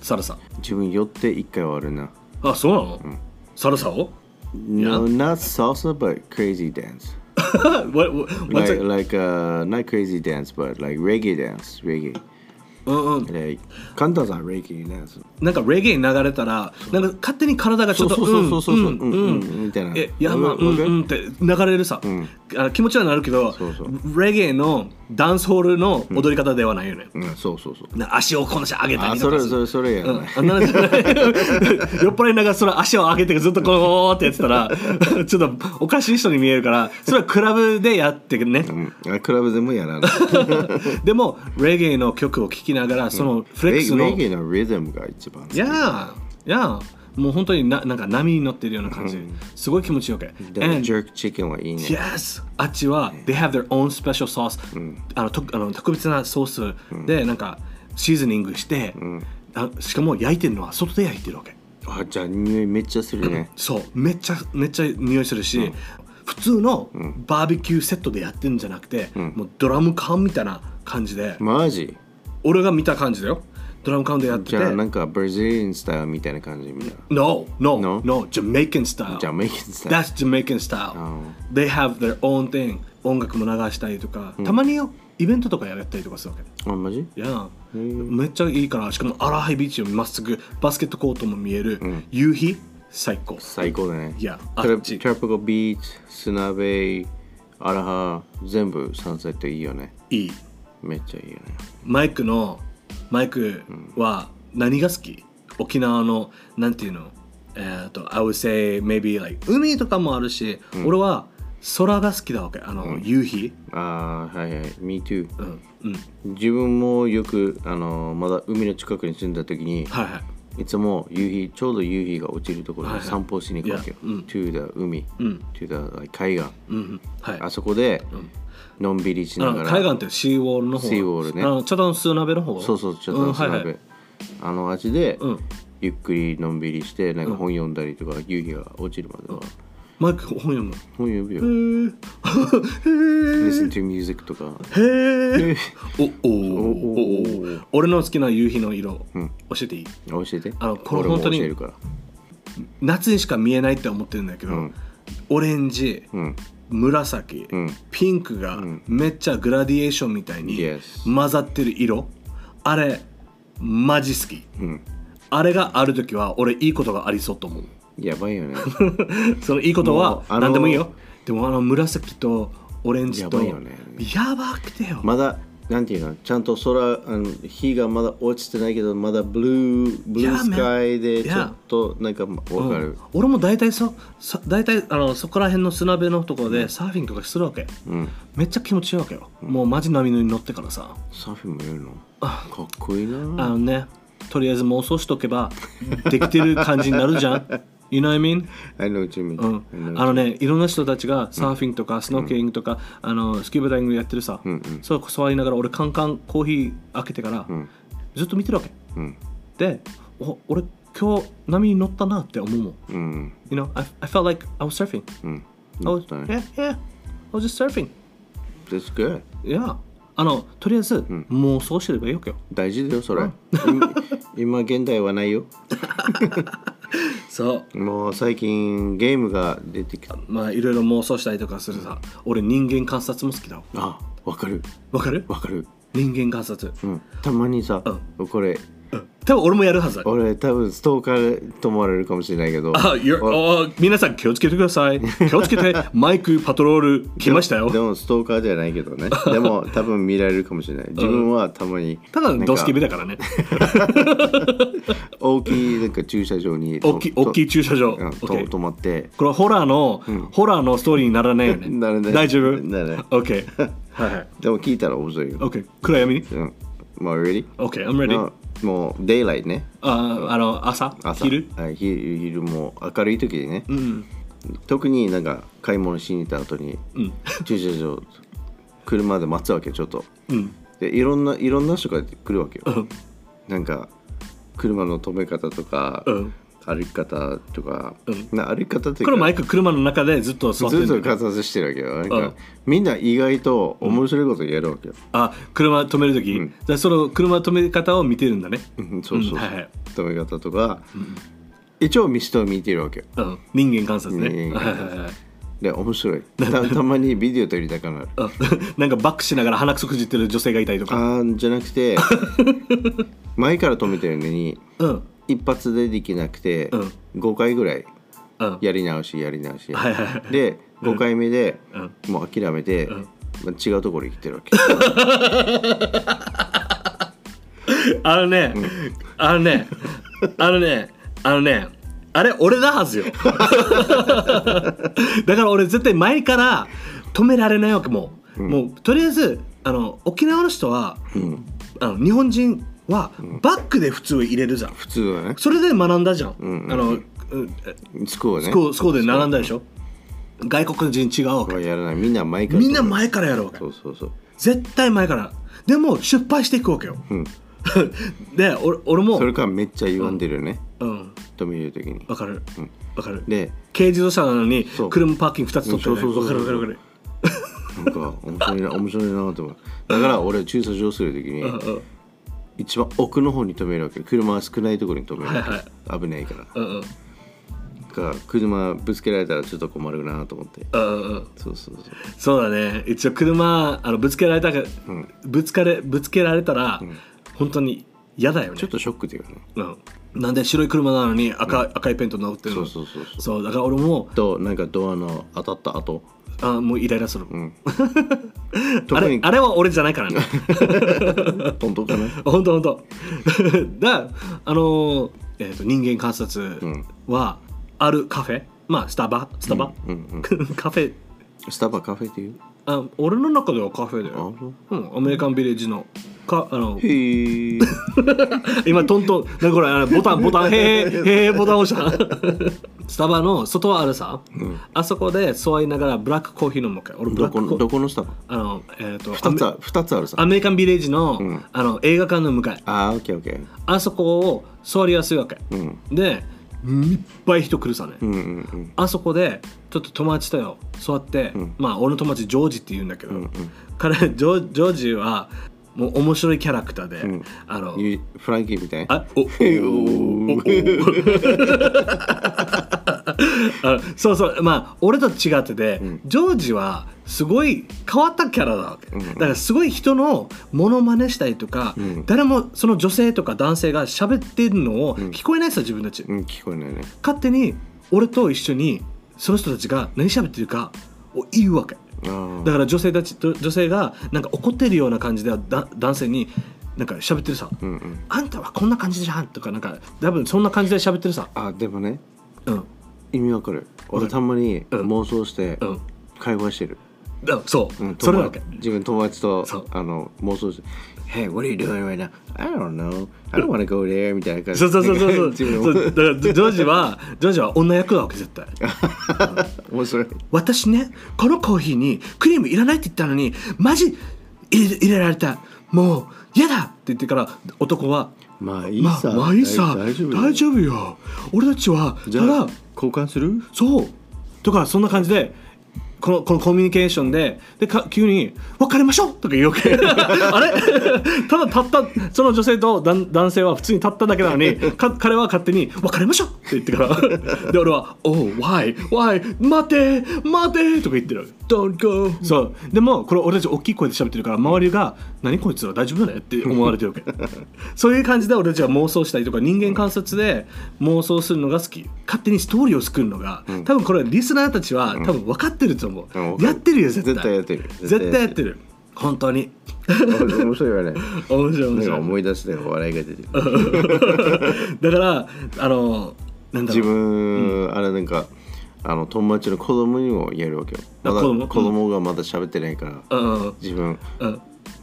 Speaker 1: サルサ。
Speaker 2: 自分寄って一回はあるな。
Speaker 1: あ、そうなの。サルサを
Speaker 2: No, not salsa, but crazy dance.
Speaker 1: What- what- What's
Speaker 2: Like,
Speaker 1: it?
Speaker 2: like uh, not crazy dance, but like reggae dance. Reggae.
Speaker 1: うんうん。
Speaker 2: Like, 簡単さん reggae dance.
Speaker 1: なんかレゲエ流れたら、なんか勝手に体がちょっと
Speaker 2: そうそうそうそうそう
Speaker 1: うんうん
Speaker 2: うんうんみたいな
Speaker 1: え、やまあ
Speaker 2: わ
Speaker 1: う
Speaker 2: かる
Speaker 1: んうんって流れるさ、あ気持ちはなるけど
Speaker 2: そうそ
Speaker 1: レゲエのダンスホールの踊り方ではないよね。
Speaker 2: うん、そうそうそう。
Speaker 1: な足をこのし上げた
Speaker 2: あ、
Speaker 1: りと
Speaker 2: そ
Speaker 1: かす
Speaker 2: れそ
Speaker 1: る。
Speaker 2: れ
Speaker 1: う、
Speaker 2: それやなん
Speaker 1: あんなのじゃない 酔っ払いながらその足を上げてずっとこうってやってたら ちょっとおかしい人に見えるからそれはクラブでやってね、
Speaker 2: うん、あクラブでもやらない。
Speaker 1: でもレゲエの曲を聴きながらそのフレッ
Speaker 2: レ
Speaker 1: クスの、
Speaker 2: レゲエのリズムが一番好き。
Speaker 1: いやーいやーもう本当にななんか波に乗ってるような感じ、すごい気持ちよく、
Speaker 2: で
Speaker 1: And-
Speaker 2: ジャークチキンはいいね。
Speaker 1: Yes! あっちは、they have their own special sauce、あのとあの特別なソースで、なんかシーズニングして、あしかも焼いてるのは外で焼いてるわけ
Speaker 2: あ、じゃあ匂いめっちゃするね。
Speaker 1: そうめっちゃめっちゃ匂いするし、普通のバーベキューセットでやってるんじゃなくて、もうドラム缶みたいな感じで、
Speaker 2: マジ
Speaker 1: 俺が見た感じだよドラム缶でやって
Speaker 2: じ
Speaker 1: て
Speaker 2: ゃあなんかブラジリンスタイルみたいな感じみたいな。
Speaker 1: No, no,
Speaker 2: No?
Speaker 1: no, Jamaican style
Speaker 2: ジャメイカンスタイル。
Speaker 1: That's Jamaican style、
Speaker 2: Oh.
Speaker 1: They have their own thing 音楽も流したりとか、たまによイベントとかやったりとかするわけ
Speaker 2: あ、マジ
Speaker 1: いやめっちゃいいからしかもアラハイビーチをまっすぐバスケットコートも見える、夕日最高
Speaker 2: 最高だね。
Speaker 1: いや
Speaker 2: トラ
Speaker 1: あっち
Speaker 2: トラピカルビーチ、砂ベイ、アラハ、全部サンセットいいよね。
Speaker 1: いい
Speaker 2: めっちゃいいよね。
Speaker 1: マイクのマイクは何が好き沖縄のなんていうのえー、と I would say maybe like 海とかもあるし、俺は空が好きだわけあの、夕日、
Speaker 2: ああはいはい Me too
Speaker 1: うんうん、
Speaker 2: 自分もよくあのまだ海の近くに住んだ時に
Speaker 1: はいはい
Speaker 2: いつも夕日ちょうど夕日が落ちるところ
Speaker 1: はい
Speaker 2: に
Speaker 1: はい
Speaker 2: 散歩しに行くわけよ、
Speaker 1: いやうん
Speaker 2: to the 海、
Speaker 1: ん
Speaker 2: to the like 海岸
Speaker 1: うんうんはい
Speaker 2: あそこでのんびりし
Speaker 1: あ
Speaker 2: なが
Speaker 1: の
Speaker 2: ら
Speaker 1: 海岸ってシーウォールの方
Speaker 2: シーウォールね
Speaker 1: あのちょっと数鍋の方
Speaker 2: そうそうちょっと砂
Speaker 1: うんはいは
Speaker 2: 辺、
Speaker 1: い
Speaker 2: あの味で、
Speaker 1: うん
Speaker 2: ゆっくりのんびりしてなんか本読んだりとか、夕日が落ちるまでは、
Speaker 1: マイク本 読むの
Speaker 2: 本読むよ、
Speaker 1: へ
Speaker 2: Listen to music とか
Speaker 1: えへえおお
Speaker 2: お
Speaker 1: おお俺の好きな夕日の色、
Speaker 2: ん
Speaker 1: 教えていい
Speaker 2: 教えて
Speaker 1: あのこれ
Speaker 2: 俺も
Speaker 1: 本当に
Speaker 2: 教えるから
Speaker 1: 夏にしか見えないって思ってるんだけど、
Speaker 2: うん
Speaker 1: オレンジ、
Speaker 2: うん
Speaker 1: 紫、
Speaker 2: うん
Speaker 1: ピンクがめっちゃグラディエーションみたいに
Speaker 2: Yes
Speaker 1: 混ざってる色あれマジ好き
Speaker 2: うん
Speaker 1: あれがある時は俺いいことがありそうと思う
Speaker 2: やばいよね
Speaker 1: そのいいこと
Speaker 2: もう
Speaker 1: は
Speaker 2: あの
Speaker 1: 何でもいいよでもあの紫とオレンジと
Speaker 2: やばいよね
Speaker 1: やばくてよ、
Speaker 2: まだなんていうのちゃんと空あの日がまだ落ちてないけどまだブルーブルー
Speaker 1: Yeah, man.
Speaker 2: スカイで
Speaker 1: Yeah.
Speaker 2: ちょっとなんかまわかる、
Speaker 1: 俺も大体そそ大体あのそこら辺の砂辺のところでサーフィンとかするわけ
Speaker 2: うん
Speaker 1: めっちゃ気持ちいいわけよ、もうマジ波に乗ってからさ
Speaker 2: サーフィンもやるの
Speaker 1: あ
Speaker 2: かっこいい
Speaker 1: あ
Speaker 2: な
Speaker 1: のねとりあえず妄想しとけばできてる感じになるじゃん You know what I mean?
Speaker 2: I know what you mean、
Speaker 1: うん、
Speaker 2: I know
Speaker 1: あのねいろんな人たちがサーフィンとかスノーケリングとか、あのスキューバダイビングやってるさ、
Speaker 2: うんうん
Speaker 1: そう座りながら俺カンカンコーヒー開けてから、
Speaker 2: ん
Speaker 1: ずっと見てるわけ
Speaker 2: うん
Speaker 1: でお俺今日波に乗ったなって思うもん
Speaker 2: うん、
Speaker 1: You know I, I felt like I was surfing
Speaker 2: うん、
Speaker 1: I was
Speaker 2: だね
Speaker 1: yeah yeah I was just surfing
Speaker 2: That's good
Speaker 1: yeah あのとりあえず、妄想してればいいわけよ
Speaker 2: 大事だよそれ、 今今現代はないよ
Speaker 1: そう
Speaker 2: もう最近ゲームが出てきた
Speaker 1: まあいろいろ妄想したりとかするさ、俺人間観察も好きだわ
Speaker 2: あわかる
Speaker 1: わかる
Speaker 2: わかる、
Speaker 1: 人間観察、
Speaker 2: うん、たまにさ、これ
Speaker 1: うん、多分俺もやるはずだ
Speaker 2: 俺多分ストーカーと思われるかもしれないけど
Speaker 1: あ、よ、あ、皆さん気をつけてください。気をつけて、マイクパトロール来ましたよ
Speaker 2: で。もストーカーじゃないけ どねでも多分見られるかもしれない自分はたまに
Speaker 1: ただ
Speaker 2: なん
Speaker 1: の
Speaker 2: か
Speaker 1: ドスケベだからね。
Speaker 2: 大きいなんか駐車場に
Speaker 1: 大きい、大きい
Speaker 2: い
Speaker 1: 駐車場。OK
Speaker 2: 止まって
Speaker 1: これはホラーの、ホラーのストーリーにならないよね。
Speaker 2: なるね
Speaker 1: 大丈夫
Speaker 2: なるね
Speaker 1: ?OK。はい はい。
Speaker 2: でも聞いたら面白いよ、
Speaker 1: OK。暗闇
Speaker 2: うん、もう ready?
Speaker 1: ?OK。I'm ready.
Speaker 2: まあもうデイライトね
Speaker 1: ああの、朝
Speaker 2: 朝
Speaker 1: 昼
Speaker 2: はい、昼昼も明るい時にね、
Speaker 1: うん。
Speaker 2: 特になんか買い物しに行った後に、
Speaker 1: うん。
Speaker 2: 駐車場車で待つわけよちょっと
Speaker 1: うん。
Speaker 2: でいろんないろんな人が来るわけよ、
Speaker 1: うん
Speaker 2: なんか車の止め方とか、
Speaker 1: うん
Speaker 2: 歩き方とか、
Speaker 1: うん
Speaker 2: な歩き方っていう
Speaker 1: これマ
Speaker 2: か
Speaker 1: イク車の中でずっと座って
Speaker 2: ず
Speaker 1: る
Speaker 2: っ
Speaker 1: んだ
Speaker 2: と
Speaker 1: よね
Speaker 2: 観察してるわけよなんか、
Speaker 1: うん
Speaker 2: みんな意外と面白いことやるわけよ、
Speaker 1: あ、車止めるとき、
Speaker 2: ん
Speaker 1: じゃあその車止め方を見てるんだね。
Speaker 2: うんそうそう、
Speaker 1: うんはいはい
Speaker 2: 止め方とか、一応見人を見てるわけ
Speaker 1: う
Speaker 2: よ
Speaker 1: ん。人間観察ね。
Speaker 2: 人間
Speaker 1: はいは
Speaker 2: 観
Speaker 1: い
Speaker 2: 察
Speaker 1: はい。
Speaker 2: で面白いた たまにビデオ撮りたくなる
Speaker 1: うんなん かバックしながら鼻くそくじってる女性がいたりとか。
Speaker 2: あーじゃな くて前から止めてるのに
Speaker 1: うん。
Speaker 2: 一発でできなくて、
Speaker 1: うん
Speaker 2: 5回ぐらい
Speaker 1: うん。
Speaker 2: やり直しやり直し、
Speaker 1: はいはいは
Speaker 2: で5回目で、
Speaker 1: うん
Speaker 2: もう諦めて、まあ違うところに来てるわけ
Speaker 1: あのね、あのね、あのね、あのね、あれ俺だはずよ。 だから俺絶対前から止められないわけもう。もうとりあえずあの沖縄の人は、あの日本人はバックで普通入れるじゃん。
Speaker 2: 普通はね
Speaker 1: それで学んだじゃん。
Speaker 2: んうん
Speaker 1: あのうん
Speaker 2: スコアね
Speaker 1: スコスコーで並んだでしょ。外国人違うわけ。
Speaker 2: はやらないみんな前から
Speaker 1: みんな前からやるわけ
Speaker 2: そ。うそうそう
Speaker 1: 絶対前からでも失敗していくわけよ、
Speaker 2: ん
Speaker 1: で俺俺も
Speaker 2: それからめっちゃ歪んでるよね、
Speaker 1: うん
Speaker 2: 止める時に
Speaker 1: わかるわかる
Speaker 2: で
Speaker 1: 軽自動車なのに
Speaker 2: そう
Speaker 1: 車パーキング2つ取って
Speaker 2: そうそうそう
Speaker 1: わかるわかるわかる
Speaker 2: なんか面白いな面白いなと思うだから俺駐車場する時に
Speaker 1: うん
Speaker 2: 一番奥の方に止めるわけ車が少ないところに止めるわけ、
Speaker 1: はい
Speaker 2: 危ないか
Speaker 1: う
Speaker 2: ら
Speaker 1: んうん
Speaker 2: だから車ぶつけられたらちょっと困るなと思って
Speaker 1: うんうんうん
Speaker 2: そうそうそう
Speaker 1: そうだね一応車あのぶつけられたか、ぶつかれぶつけられたら、本当に嫌だよね
Speaker 2: ちょっとショックだよね
Speaker 1: うん、なんで白い車なのに赤,、赤いペンと直ってる
Speaker 2: そ
Speaker 1: の
Speaker 2: うそうそうそう
Speaker 1: そうだから俺も
Speaker 2: となんかドアの当たった後
Speaker 1: あもうイライラする、 あ
Speaker 2: 特
Speaker 1: れ
Speaker 2: に
Speaker 1: あれは俺じゃない からね
Speaker 2: 本当かな
Speaker 1: 本 当本当だからあのーえーと人間観察は、あるカフェまあスタバスタバ、
Speaker 2: うんうん
Speaker 1: カフェ
Speaker 2: スタバカフェっていう
Speaker 1: あ俺の中ではカフェだ
Speaker 2: あ
Speaker 1: よ、
Speaker 2: そ
Speaker 1: う
Speaker 2: う
Speaker 1: ん、アメリカンビレッジのかあの
Speaker 2: へー
Speaker 1: 今トントンなんかこれあのボタンボタンへえへえボタン押したスタバの外はあるさ、あそこで座りながらブラックコーヒー飲むから俺ブラ ッ
Speaker 2: ど
Speaker 1: クコ
Speaker 2: こ
Speaker 1: ーヒ
Speaker 2: の
Speaker 1: ー
Speaker 2: どこのスタバ
Speaker 1: あのえっ、と
Speaker 2: 二つ
Speaker 1: アメ
Speaker 2: あ二つあるさ
Speaker 1: アメリカンビレッジの,、
Speaker 2: うん
Speaker 1: あの映画館の向かい
Speaker 2: あーオッケーオッケー
Speaker 1: あそこを座りやすいわけ、
Speaker 2: うん
Speaker 1: でいっぱい人来るさね、
Speaker 2: うんうんうん
Speaker 1: あそこでちょっと友達とよ座って、
Speaker 2: ん
Speaker 1: まあ俺の友達ジョージって言うんだけど、
Speaker 2: うん
Speaker 1: 彼ジョジョージはもう面白いキャラクターで、
Speaker 2: ん
Speaker 1: あの
Speaker 2: ゆフランキーみたい な
Speaker 1: あおおおあそうそうまあ俺と違ってて、ジョージはすごい変わったキャラなわけ、だからすごい人のモノマネしたりとか、
Speaker 2: ん
Speaker 1: 誰もその女性とか男性が喋ってるのを聞こえないさ自分たち、
Speaker 2: うん聞こえないね
Speaker 1: 勝手に俺と一緒にその人たちが何喋ってるかを言うわけ
Speaker 2: あー
Speaker 1: だから女性たちと女性がなんか怒ってるような感じでだ男性になんか喋ってるさ、
Speaker 2: うんうん
Speaker 1: あんたはこんな感じじゃんとかなんか多分そんな感じで喋ってるさ
Speaker 2: あでもね
Speaker 1: うん
Speaker 2: 意味わかる俺たまに
Speaker 1: うん
Speaker 2: 妄想して
Speaker 1: うん
Speaker 2: 会話してる、
Speaker 1: だそう、
Speaker 2: うん、
Speaker 1: それなわけ
Speaker 2: 友達自分友達と
Speaker 1: そう
Speaker 2: あの妄想して「Hey what are you doing right now? I don't know I don't wanna go there」みたいな感じ
Speaker 1: そうそうそうそうそう
Speaker 2: 自分
Speaker 1: そう
Speaker 2: も
Speaker 1: だからジョージはジョージは女役だわけ絶 対
Speaker 2: 面白い
Speaker 1: 私ねこのコーヒーにクリームいらないって言ったのにマジ入れ入れられたもう嫌だって言ってから男は
Speaker 2: まあいい
Speaker 1: ま
Speaker 2: さ、
Speaker 1: あ、まあいいさ
Speaker 2: 大丈夫
Speaker 1: 大丈夫よ俺たちは
Speaker 2: じゃ
Speaker 1: ただ
Speaker 2: あ交換する
Speaker 1: そうとかそんな感じでこのこのコミュニケーションででか急に「別れましょう!」とか言うわけ あれただたったその女性と男男性は普通に立っただけなのにか彼は勝手に「別れましょう!」って言ってから で俺は「おう why why 待て待て!」とか言ってる
Speaker 2: Don't go
Speaker 1: そうでもこれ俺たち大きい声で喋ってるから周りが「何こいつら大丈夫だね」って思われて るわけそういう感じで俺たちは妄想したりとか人間観察で妄想するのが好き勝手にストーリーを作るのが、多分これリスナーたちは多分分かってると思う、
Speaker 2: うん
Speaker 1: やってるよ絶対
Speaker 2: 絶対やってる
Speaker 1: 絶対やってる本当に
Speaker 2: 面白いわね
Speaker 1: 面白い面
Speaker 2: なんか
Speaker 1: 白い
Speaker 2: 思い出して笑いが出てくる
Speaker 1: だからあのなんだろ
Speaker 2: 自
Speaker 1: う
Speaker 2: 分、あれなんかあの友達の子供にもやるわけよ
Speaker 1: あ
Speaker 2: まだ
Speaker 1: 子
Speaker 2: 子
Speaker 1: 供
Speaker 2: 供がまだ喋ってないから、
Speaker 1: うんうん
Speaker 2: 自分
Speaker 1: うん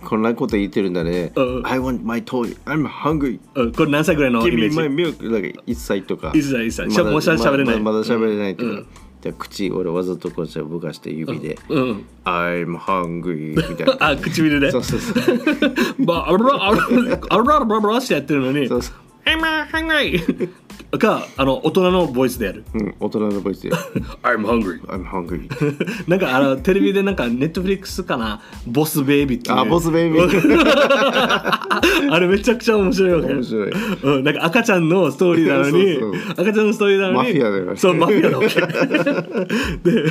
Speaker 2: こんなこと言ってるんだね、
Speaker 1: うん
Speaker 2: I want my toy I'm hungry
Speaker 1: うんこれ何歳ぐらいのイ
Speaker 2: Give
Speaker 1: メ
Speaker 2: me
Speaker 1: ージ
Speaker 2: my milk なんか一歳とか
Speaker 1: 一歳一歳しゃ
Speaker 2: まだ
Speaker 1: もうしゃ喋れない
Speaker 2: まだまだ喋れないけど、
Speaker 1: うん
Speaker 2: じゃあ口俺わざとこうじゃ動かして指で、
Speaker 1: うん、
Speaker 2: I'm hungry みたい な
Speaker 1: あ唇で
Speaker 2: そうそうそう
Speaker 1: まあ、あらあらあらあらあらしてやってるのに
Speaker 2: そうそう、
Speaker 1: I'm hungry! か、あの、大人のボイスでやる。
Speaker 2: うん、大人のボイスで
Speaker 1: I'm hungry!
Speaker 2: I'm hungry
Speaker 1: なんか、あの、テレビでなんか、ネットフリックスかな、ボスベイビーっていう。
Speaker 2: あボスベイビー
Speaker 1: あれめちゃくちゃ面白いわけ。
Speaker 2: 面白い
Speaker 1: うん、なんか赤ちゃんのストーリーなのに
Speaker 2: そうそう
Speaker 1: 赤ちゃんのストーリーなのに
Speaker 2: マフィアだよね
Speaker 1: そうマフィアだわけで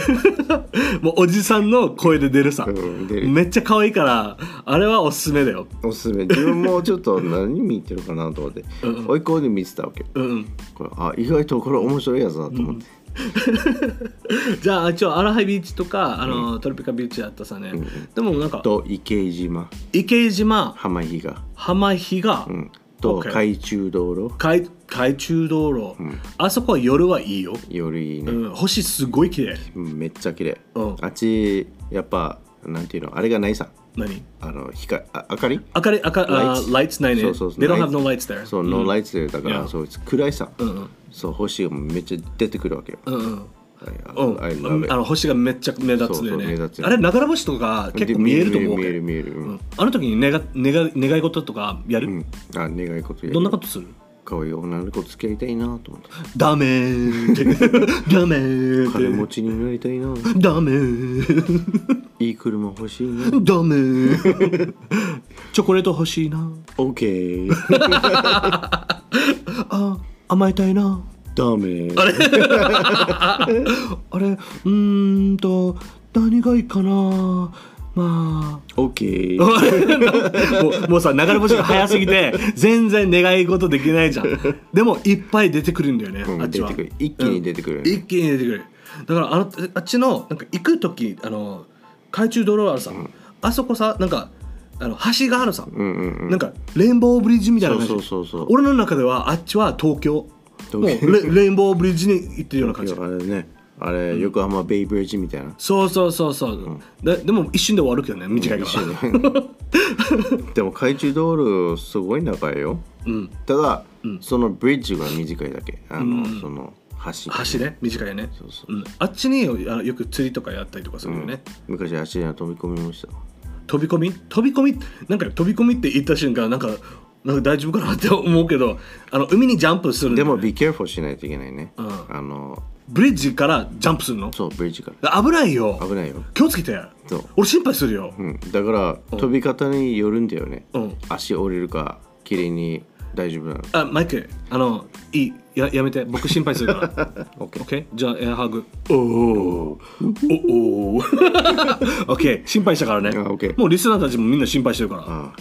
Speaker 1: もうおじさんの声で出るさ、
Speaker 2: うん出る
Speaker 1: めっちゃ可愛いからあれはおすすめだよ
Speaker 2: おすすめ自分もちょっと何見てるかなと思って追い込んで見てたわけ
Speaker 1: うんうん
Speaker 2: これあ意外とこれ面白いやつだと思って、
Speaker 1: じゃあ一応アラハイビーチとかあの、トロピカビーチだったさね、でもなんか
Speaker 2: と池江島
Speaker 1: 池江島
Speaker 2: 浜比嘉、
Speaker 1: 浜比嘉、
Speaker 2: うん、と
Speaker 1: OK
Speaker 2: 海中道路
Speaker 1: 海海中道路、あそこは夜はいいよ、
Speaker 2: よりいいね、
Speaker 1: うん、星すごい綺麗
Speaker 2: うんめっちゃ綺麗、
Speaker 1: うん
Speaker 2: あっちやっぱなんていうのあれがないさ
Speaker 1: 何
Speaker 2: あの光あ明かり
Speaker 1: 明かり明かあ
Speaker 2: Lights
Speaker 1: ー lights ないね
Speaker 2: そうそうそう
Speaker 1: They don't have no lights there
Speaker 2: そう、ノーライツだから、
Speaker 1: Yeah
Speaker 2: そう暗いさ、
Speaker 1: うんうん
Speaker 2: そう星がめっちゃ出てくるわけよ、
Speaker 1: うんうんう
Speaker 2: I-
Speaker 1: ん
Speaker 2: I love it
Speaker 1: あの星がめっちゃ目立つのよ
Speaker 2: そうそう目立つ
Speaker 1: ね
Speaker 2: よ
Speaker 1: あれ流れ星とか結構見えると思う
Speaker 2: 見
Speaker 1: け
Speaker 2: え
Speaker 1: ど
Speaker 2: る見える見える、うん
Speaker 1: あの時に願願い願い事とかやる、
Speaker 2: うんあ願い事やる
Speaker 1: どんなことする
Speaker 2: 可愛い女の子付き合いたいなと思って
Speaker 1: ダメーって ダメーって
Speaker 2: 金持ちになりたいな
Speaker 1: ダメー
Speaker 2: いい車欲しいな
Speaker 1: ダメーチョコレート欲しいな
Speaker 2: OK
Speaker 1: あ甘えたいな
Speaker 2: ダメあれ
Speaker 1: あれうーんと何がいいかな まあ
Speaker 2: OK
Speaker 1: もうもうさ流れ星が早すぎて全然願い事できないじゃんでもいっぱい出てくるんだよね、
Speaker 2: うん
Speaker 1: あっちは
Speaker 2: 出てくる一気に出てくるよね
Speaker 1: うん一気に出てくるだからあのあっちのなんか行く時あの海中道路あるさ、あそこさなんかあの橋があるさ、
Speaker 2: うんうんうん
Speaker 1: なんかレインボーブリッジみたいな感じ
Speaker 2: そうそうそうそう
Speaker 1: 俺の中ではあっちは東京もうレレインボーブリッジに行ってるような感じ
Speaker 2: いやあれねあれ横浜ベイブリッジみたいな
Speaker 1: そうそうそうそう、だでも一瞬で終わるけどね短いか
Speaker 2: 一
Speaker 1: ら、
Speaker 2: 緒にでも海中道路すごい長いよ
Speaker 1: うん、
Speaker 2: ただ、そのブリッジが短いだけあの、その橋
Speaker 1: 橋ね短いね
Speaker 2: そうそう
Speaker 1: うん、あっちにあのよく釣りとかやったりとかするよね、
Speaker 2: 昔足には飛び込みました
Speaker 1: 飛び込み飛び込みなんか飛び込みって言った瞬間なんかなんか大丈夫かなって思うけどあの海にジャンプするんだ
Speaker 2: で
Speaker 1: よね
Speaker 2: も be careful しないといけないね、
Speaker 1: ん
Speaker 2: あの
Speaker 1: ブリッジからジャンプするの
Speaker 2: そうブリッジから
Speaker 1: 危ないよ
Speaker 2: 危ないよ
Speaker 1: 気をつけて
Speaker 2: そう
Speaker 1: 俺心配するよ、
Speaker 2: うん、だから飛び方によるんだよね、
Speaker 1: うん
Speaker 2: 足折れるか綺麗に大丈夫なの
Speaker 1: あマイクあのいいややめて僕心配するから
Speaker 2: OK
Speaker 1: OK じゃあエアハグおおおお OK 心配したからね
Speaker 2: あ OK
Speaker 1: もうリスナーたちもみんな心配してるから
Speaker 2: あ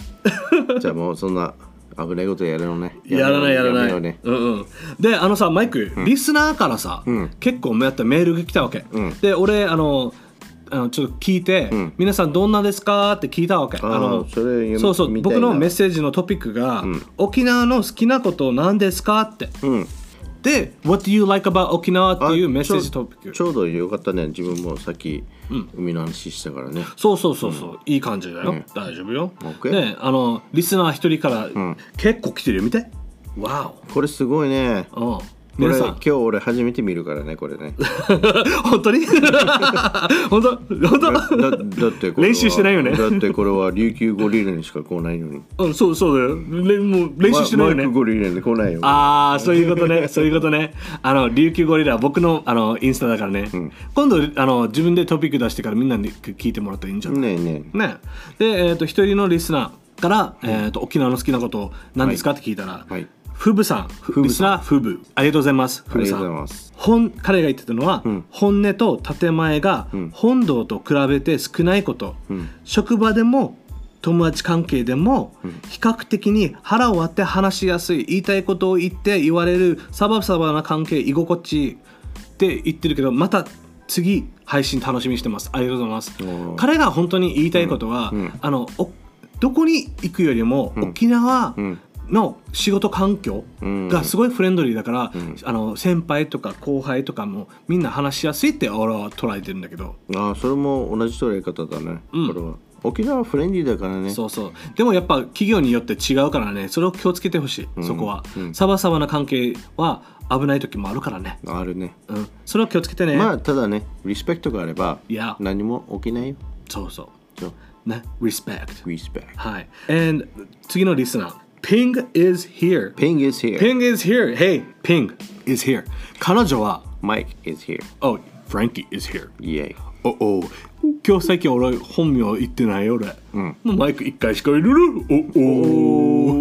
Speaker 2: あじゃあもうそんな危ないことやるのね
Speaker 1: やらないやらない
Speaker 2: めようね
Speaker 1: うんうん、であのさマイク、リスナーからさ、
Speaker 2: ん
Speaker 1: 結構やったメールが来たわけ、
Speaker 2: うん
Speaker 1: で俺あのあのちょっと聞いて、
Speaker 2: ん
Speaker 1: 皆さんどんなですかって聞いたわけ
Speaker 2: ー
Speaker 1: の
Speaker 2: それ読み
Speaker 1: うそう
Speaker 2: 見たい
Speaker 1: 僕
Speaker 2: な
Speaker 1: のメッセージのトピックが、沖縄の好きなこと何ですかって
Speaker 2: うん
Speaker 1: で「What do you like about 沖縄?」っていう
Speaker 2: あ
Speaker 1: メッセージ
Speaker 2: ち
Speaker 1: ト
Speaker 2: ょ
Speaker 1: ピック
Speaker 2: ちょうどよかったね自分もさっき海の話したからね、
Speaker 1: そうそうそうそう、いい感じだよ、大丈夫よ、
Speaker 2: OK
Speaker 1: であのリスナー一人から、結構来てるよ見てわ
Speaker 2: これすごいね
Speaker 1: お、うん、
Speaker 2: こ
Speaker 1: 皆
Speaker 2: れ
Speaker 1: さ
Speaker 2: 今
Speaker 1: ん
Speaker 2: 日俺初めて見るからねこれね
Speaker 1: 本当に 本当本
Speaker 2: だだってこれは
Speaker 1: 練習してないよね
Speaker 2: だってこれは琉球ゴリラにしか来ないのに
Speaker 1: 当うんそうそうだよれもう練習してないよ
Speaker 2: まマイク
Speaker 1: ね
Speaker 2: ゴリラに来ないよ
Speaker 1: ああそういうことねそういうことねあの琉球ゴリラ僕のあのインスタだからね、今度あの自分でトピック出してからみんなに聞いてもらったらいいんじゃない、
Speaker 2: ねえねえ
Speaker 1: ねでえっ、と一人のリスナーから、えー、と沖縄の好きなこと何ですか、って聞いたら、
Speaker 2: はい
Speaker 1: フブさん
Speaker 2: ブさん
Speaker 1: リスナーフブありがとうございます
Speaker 2: あ
Speaker 1: フ
Speaker 2: り
Speaker 1: ブ
Speaker 2: が
Speaker 1: さ
Speaker 2: とうござい
Speaker 1: ん
Speaker 2: ます
Speaker 1: 本彼が言ってたのは、
Speaker 2: ん
Speaker 1: 本音と建前が本堂と比べて少ないこと、
Speaker 2: ん
Speaker 1: 職場でも友達関係でも比較的に腹を割って話しやすい言いたいことを言って言われるサバサバな関係居心地いいって言ってるけどまた次配信楽しみにしてますありがとうございます
Speaker 2: ー
Speaker 1: 彼が本当に言いたいことは、あのおどこに行くよりも沖縄の仕事環境がすごいフレンドリーだから、あの先輩とか後輩とかもみんな話しやすいって俺は捉えてるんだけど、
Speaker 2: ああそれも同じ捉え方だね、これは沖縄はフレンディーだからね
Speaker 1: そうそうでもやっぱ企業によって違うからねそれを気をつけてほしい、そこは、サバサバな関係は危ない時もあるからね、
Speaker 2: あるね
Speaker 1: うん、それを気をつけてね、
Speaker 2: まあただねリスペクトがあれば
Speaker 1: いや
Speaker 2: 何も起きないよ
Speaker 1: そうそ
Speaker 2: そう
Speaker 1: うね respect
Speaker 2: リスペクト
Speaker 1: はい and 次のリスナー Ping is here
Speaker 2: Ping is here
Speaker 1: Ping is here Hey Ping is here 彼女は
Speaker 2: Mike is here
Speaker 1: Oh Frankie is here
Speaker 2: イエイ
Speaker 1: おお今日最近俺本名言ってないよ俺、もうマイク1回しかいるおお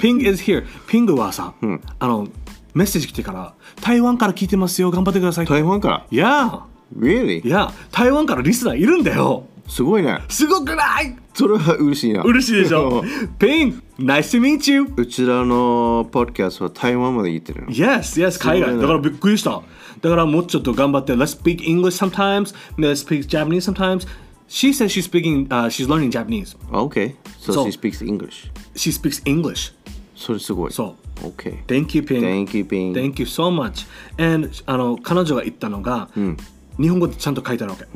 Speaker 1: Ping is here ピングはさ、あのメッセージ来てから台湾から聞いてますよ頑張ってください
Speaker 2: 台湾から
Speaker 1: いや
Speaker 2: Really?
Speaker 1: いや台湾からリスナーいるんだよ
Speaker 2: すごいね
Speaker 1: すごくない
Speaker 2: それは嬉しいな
Speaker 1: 嬉しいでしょピン Nice to meet you
Speaker 2: うちらのポッドキャストは台湾まで行ってるの
Speaker 1: Yes, yes, 海
Speaker 2: すごい
Speaker 1: 外。
Speaker 2: ね
Speaker 1: だからびっくりした。だからもうちょっと頑張って、Let's speak English sometimes, let's speak Japanese sometimes. She says she's speaking,、she's learning Japanese.
Speaker 2: OK So
Speaker 1: そう
Speaker 2: she speaks English
Speaker 1: She speaks English.
Speaker 2: それすごい
Speaker 1: そう
Speaker 2: OK
Speaker 1: Thank you, Ping.
Speaker 2: Thank you Ping
Speaker 1: Thank you so much. And あの彼女が言ったのが、日本語でちゃんと書いてあるわけ。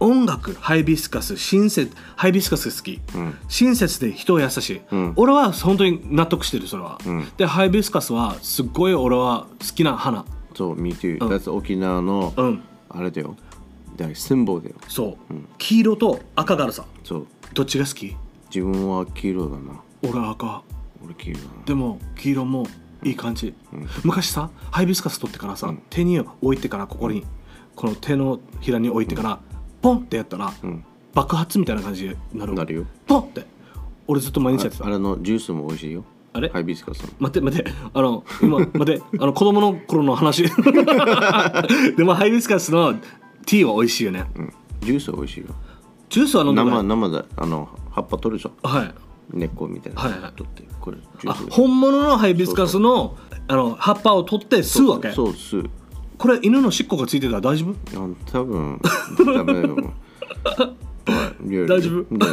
Speaker 1: 音楽、ハイビスカス、親切、ハイビスカス好き、親切で人優しい、俺は本当に納得してる、それは。で、ハイビスカスはすっごい俺は好きな花。
Speaker 2: そう Me too That's 沖縄の
Speaker 1: うん
Speaker 2: あれだよだからシンボルだよ
Speaker 1: そう、黄色と赤があるさ
Speaker 2: そう
Speaker 1: どっちが好き
Speaker 2: 自分は黄色だな
Speaker 1: 俺は赤
Speaker 2: 俺黄色だな
Speaker 1: でも黄色もいい感じ、昔さハイビスカス取ってからさ、手に置いてからここにこの手のひらに置いてから、ポンってやったら、爆発みたいな感じになる
Speaker 2: なるよ
Speaker 1: ポンって俺ずっと毎日やってた
Speaker 2: あれのジュースも美味しいよ
Speaker 1: あれ
Speaker 2: ハイビスカスの
Speaker 1: 待って待ってあの今待ってあの子供の頃の 話でもハイビスカスのティーは美味しいよね、
Speaker 2: うんジュースは美味しいよ
Speaker 1: ジュースは飲んで
Speaker 2: 生
Speaker 1: ない
Speaker 2: 生だあの葉っぱ取るでしょ
Speaker 1: はい
Speaker 2: 根っこみたいな
Speaker 1: はいはい
Speaker 2: 取ってこれジュ
Speaker 1: あ
Speaker 2: ース
Speaker 1: 本物のハイビスカスのあの葉っぱを取って吸うわけ
Speaker 2: そうそう
Speaker 1: これ犬の尻尾がついてたら大丈夫
Speaker 2: あ 多分ダメだよはい
Speaker 1: 大丈夫
Speaker 2: 大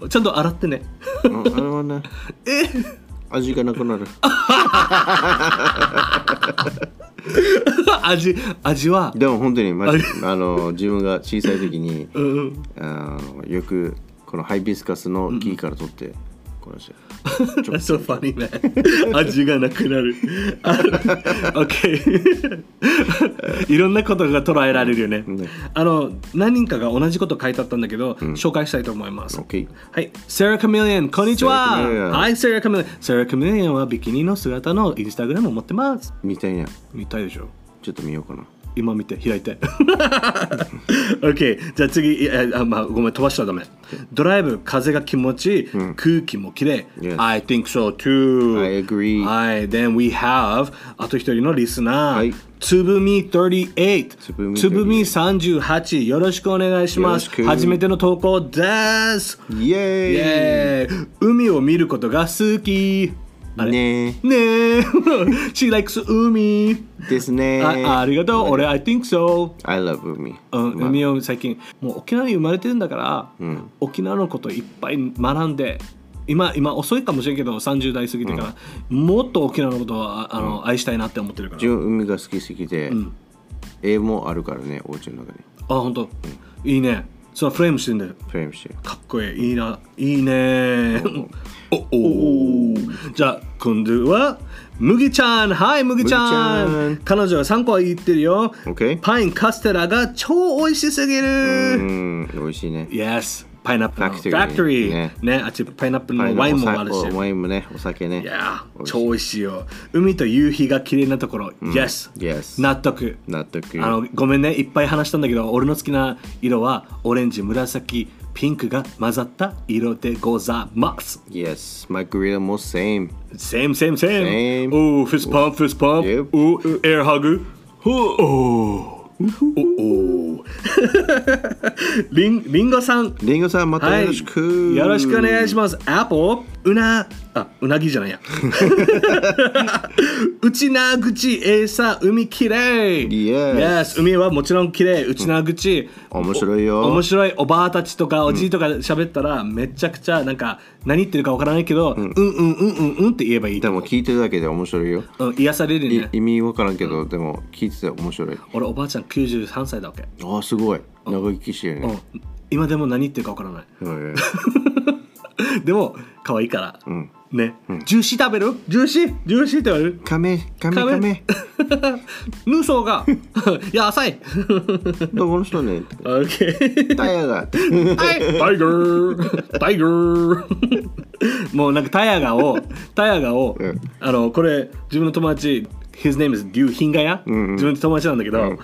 Speaker 2: 丈
Speaker 1: ちゃんと洗ってね
Speaker 2: 夫うんあれはね
Speaker 1: え
Speaker 2: 味がなくなる
Speaker 1: 味味は
Speaker 2: でも本当にマジあの自分が小さい時に
Speaker 1: うんうん
Speaker 2: あのよくこのハイビスカスの木から取ってこの人
Speaker 1: That's so funny, man. 味がなくなる。 あ OK。いろんなことが捉えられるよね
Speaker 2: ね。
Speaker 1: あの、何人かが同じこと書いてあったんだけど、紹介したいと思います。
Speaker 2: OK
Speaker 1: はい、セラ・カミリアン、こんにちは
Speaker 2: Sarah Chameleon。
Speaker 1: はい、セラ・カミリアン。セラ・カミリアンはビキニの姿のインスタグラムを持ってます。
Speaker 2: みたいな
Speaker 1: 見たいでしょ
Speaker 2: ちょっと見ようかな
Speaker 1: 今見て開いて OK じゃあ次いあ、あまあ、ごめん飛ばしちゃダメドライブ風が気持ちいい、空気もきれい
Speaker 2: Yes.
Speaker 1: I think so too
Speaker 2: I agree.
Speaker 1: はい then we have あと一人のリスナー、
Speaker 2: はい
Speaker 1: つぶみ38
Speaker 2: つぶみ38
Speaker 1: つぶみ38よろしくお願いします
Speaker 2: よろしく
Speaker 1: 初めての投稿です
Speaker 2: イ
Speaker 1: イ
Speaker 2: エーイ
Speaker 1: エーイ海を見ることが好きあれ
Speaker 2: ね
Speaker 1: ねえ She likes 海
Speaker 2: えですね
Speaker 1: あありがとう、俺、I think so。
Speaker 2: I love 海
Speaker 1: うん、
Speaker 2: まあ
Speaker 1: 海を最近、もう沖縄に生まれてるんだから、沖縄のこといっぱい学んで、今、今遅いかもしれんけど、30代過ぎてから、もっと沖縄のことをああの、愛したいなって思ってるから。
Speaker 2: 自分海が好きすぎて、絵もあるからねお家の中に
Speaker 1: あ、本当、いいね。そのフレームしてんだよ。
Speaker 2: フレームしてる
Speaker 1: かっこいい、いいな、いいね。おおじゃあ、今度は、麦ちゃん。はい、麦ちゃ
Speaker 2: 麦ちゃ
Speaker 1: ん
Speaker 2: ん。
Speaker 1: 彼女は3個は言ってるよ。
Speaker 2: OK
Speaker 1: パインカステラが超美味しすぎる。
Speaker 2: うん美味しいね
Speaker 1: Yes パイナップルの
Speaker 2: Factory
Speaker 1: Factory ね
Speaker 2: ね
Speaker 1: あっちパイナップルのワインもあるし
Speaker 2: お酒おワインもねお酒ね
Speaker 1: いやー
Speaker 2: 美味し
Speaker 1: 超美味しいよ海と夕日が綺麗なところ、Yes,
Speaker 2: Yes
Speaker 1: 納得
Speaker 2: 納得
Speaker 1: あのごめんねいっぱい話したんだけど俺の好きな色はオレンジ紫ピンクが混ざった色でございます
Speaker 2: Yes マグリルも same
Speaker 1: Same, same, same.
Speaker 2: Same.
Speaker 1: Oh, fist pump, fist pump.
Speaker 2: Yep.
Speaker 1: Oh, air hug. Oh, oh, oh. リンリンゴさん。
Speaker 2: リンゴさんまた
Speaker 1: はい、
Speaker 2: よろしく、
Speaker 1: よろしくお願いします。アポ、うな、あ、うなぎじゃない や。うちなぐち、えいさ、海きれい。
Speaker 2: Yes
Speaker 1: Yes 海はもちろんきれい。うちなぐち。
Speaker 2: 面白いよ
Speaker 1: お面白いおばあたちとかおじいとか喋ったら、めちゃくちゃなんか何言ってるかわからないけど、うん、うんうんうんうんって言えばいい
Speaker 2: で。も聞いてるだけで面白いよ
Speaker 1: うん、癒される
Speaker 2: い
Speaker 1: ね。
Speaker 2: 意味わからんけど、でも聞いてて面白い
Speaker 1: 俺おばあちゃん93歳だわけ。
Speaker 2: ああすごい長生きしてる
Speaker 1: う
Speaker 2: ね、
Speaker 1: ん。今でも何言ってるかわからない。
Speaker 2: うん、
Speaker 1: でも可愛いから。
Speaker 2: ん
Speaker 1: ね、ジューシー食べるジューシージューシーって言われる
Speaker 2: カメカメカメ
Speaker 1: ヌーソーが いや浅い
Speaker 2: どこの人ね
Speaker 1: OK
Speaker 2: タイヤが
Speaker 1: はいタイガータイガー もうなんかタヤガをタヤガを、
Speaker 2: うん
Speaker 1: あのこれ自分の友達 His name is リュウヒンガヤ、
Speaker 2: んうん
Speaker 1: 自分の友達なんだけど、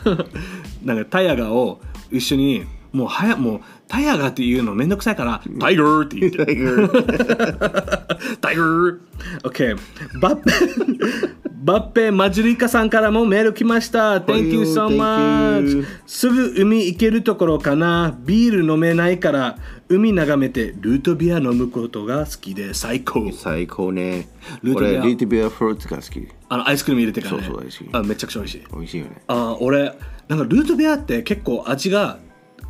Speaker 1: なんかタヤガを一緒にもうはやもうタヤガっていうのめんどくさいから、タイガーって言って
Speaker 2: タイ ガー
Speaker 1: タイガー !OK。バ ッペ、バッペ、マジュリカさんからもメール来ました。Thank you so
Speaker 2: Thank you.
Speaker 1: much! すぐ海行けるところかな。ビール飲めないから、海眺めてルートビア飲むことが好きで最高。
Speaker 2: 最高ね
Speaker 1: ルートビア
Speaker 2: 俺ルートビアフルーツが好き
Speaker 1: あの、アイスクリーム入れてからね。
Speaker 2: そうそう美味しい
Speaker 1: あめちゃくちゃ美味しい。
Speaker 2: 美味しいよね
Speaker 1: あ俺、なんかルートビアって結構味が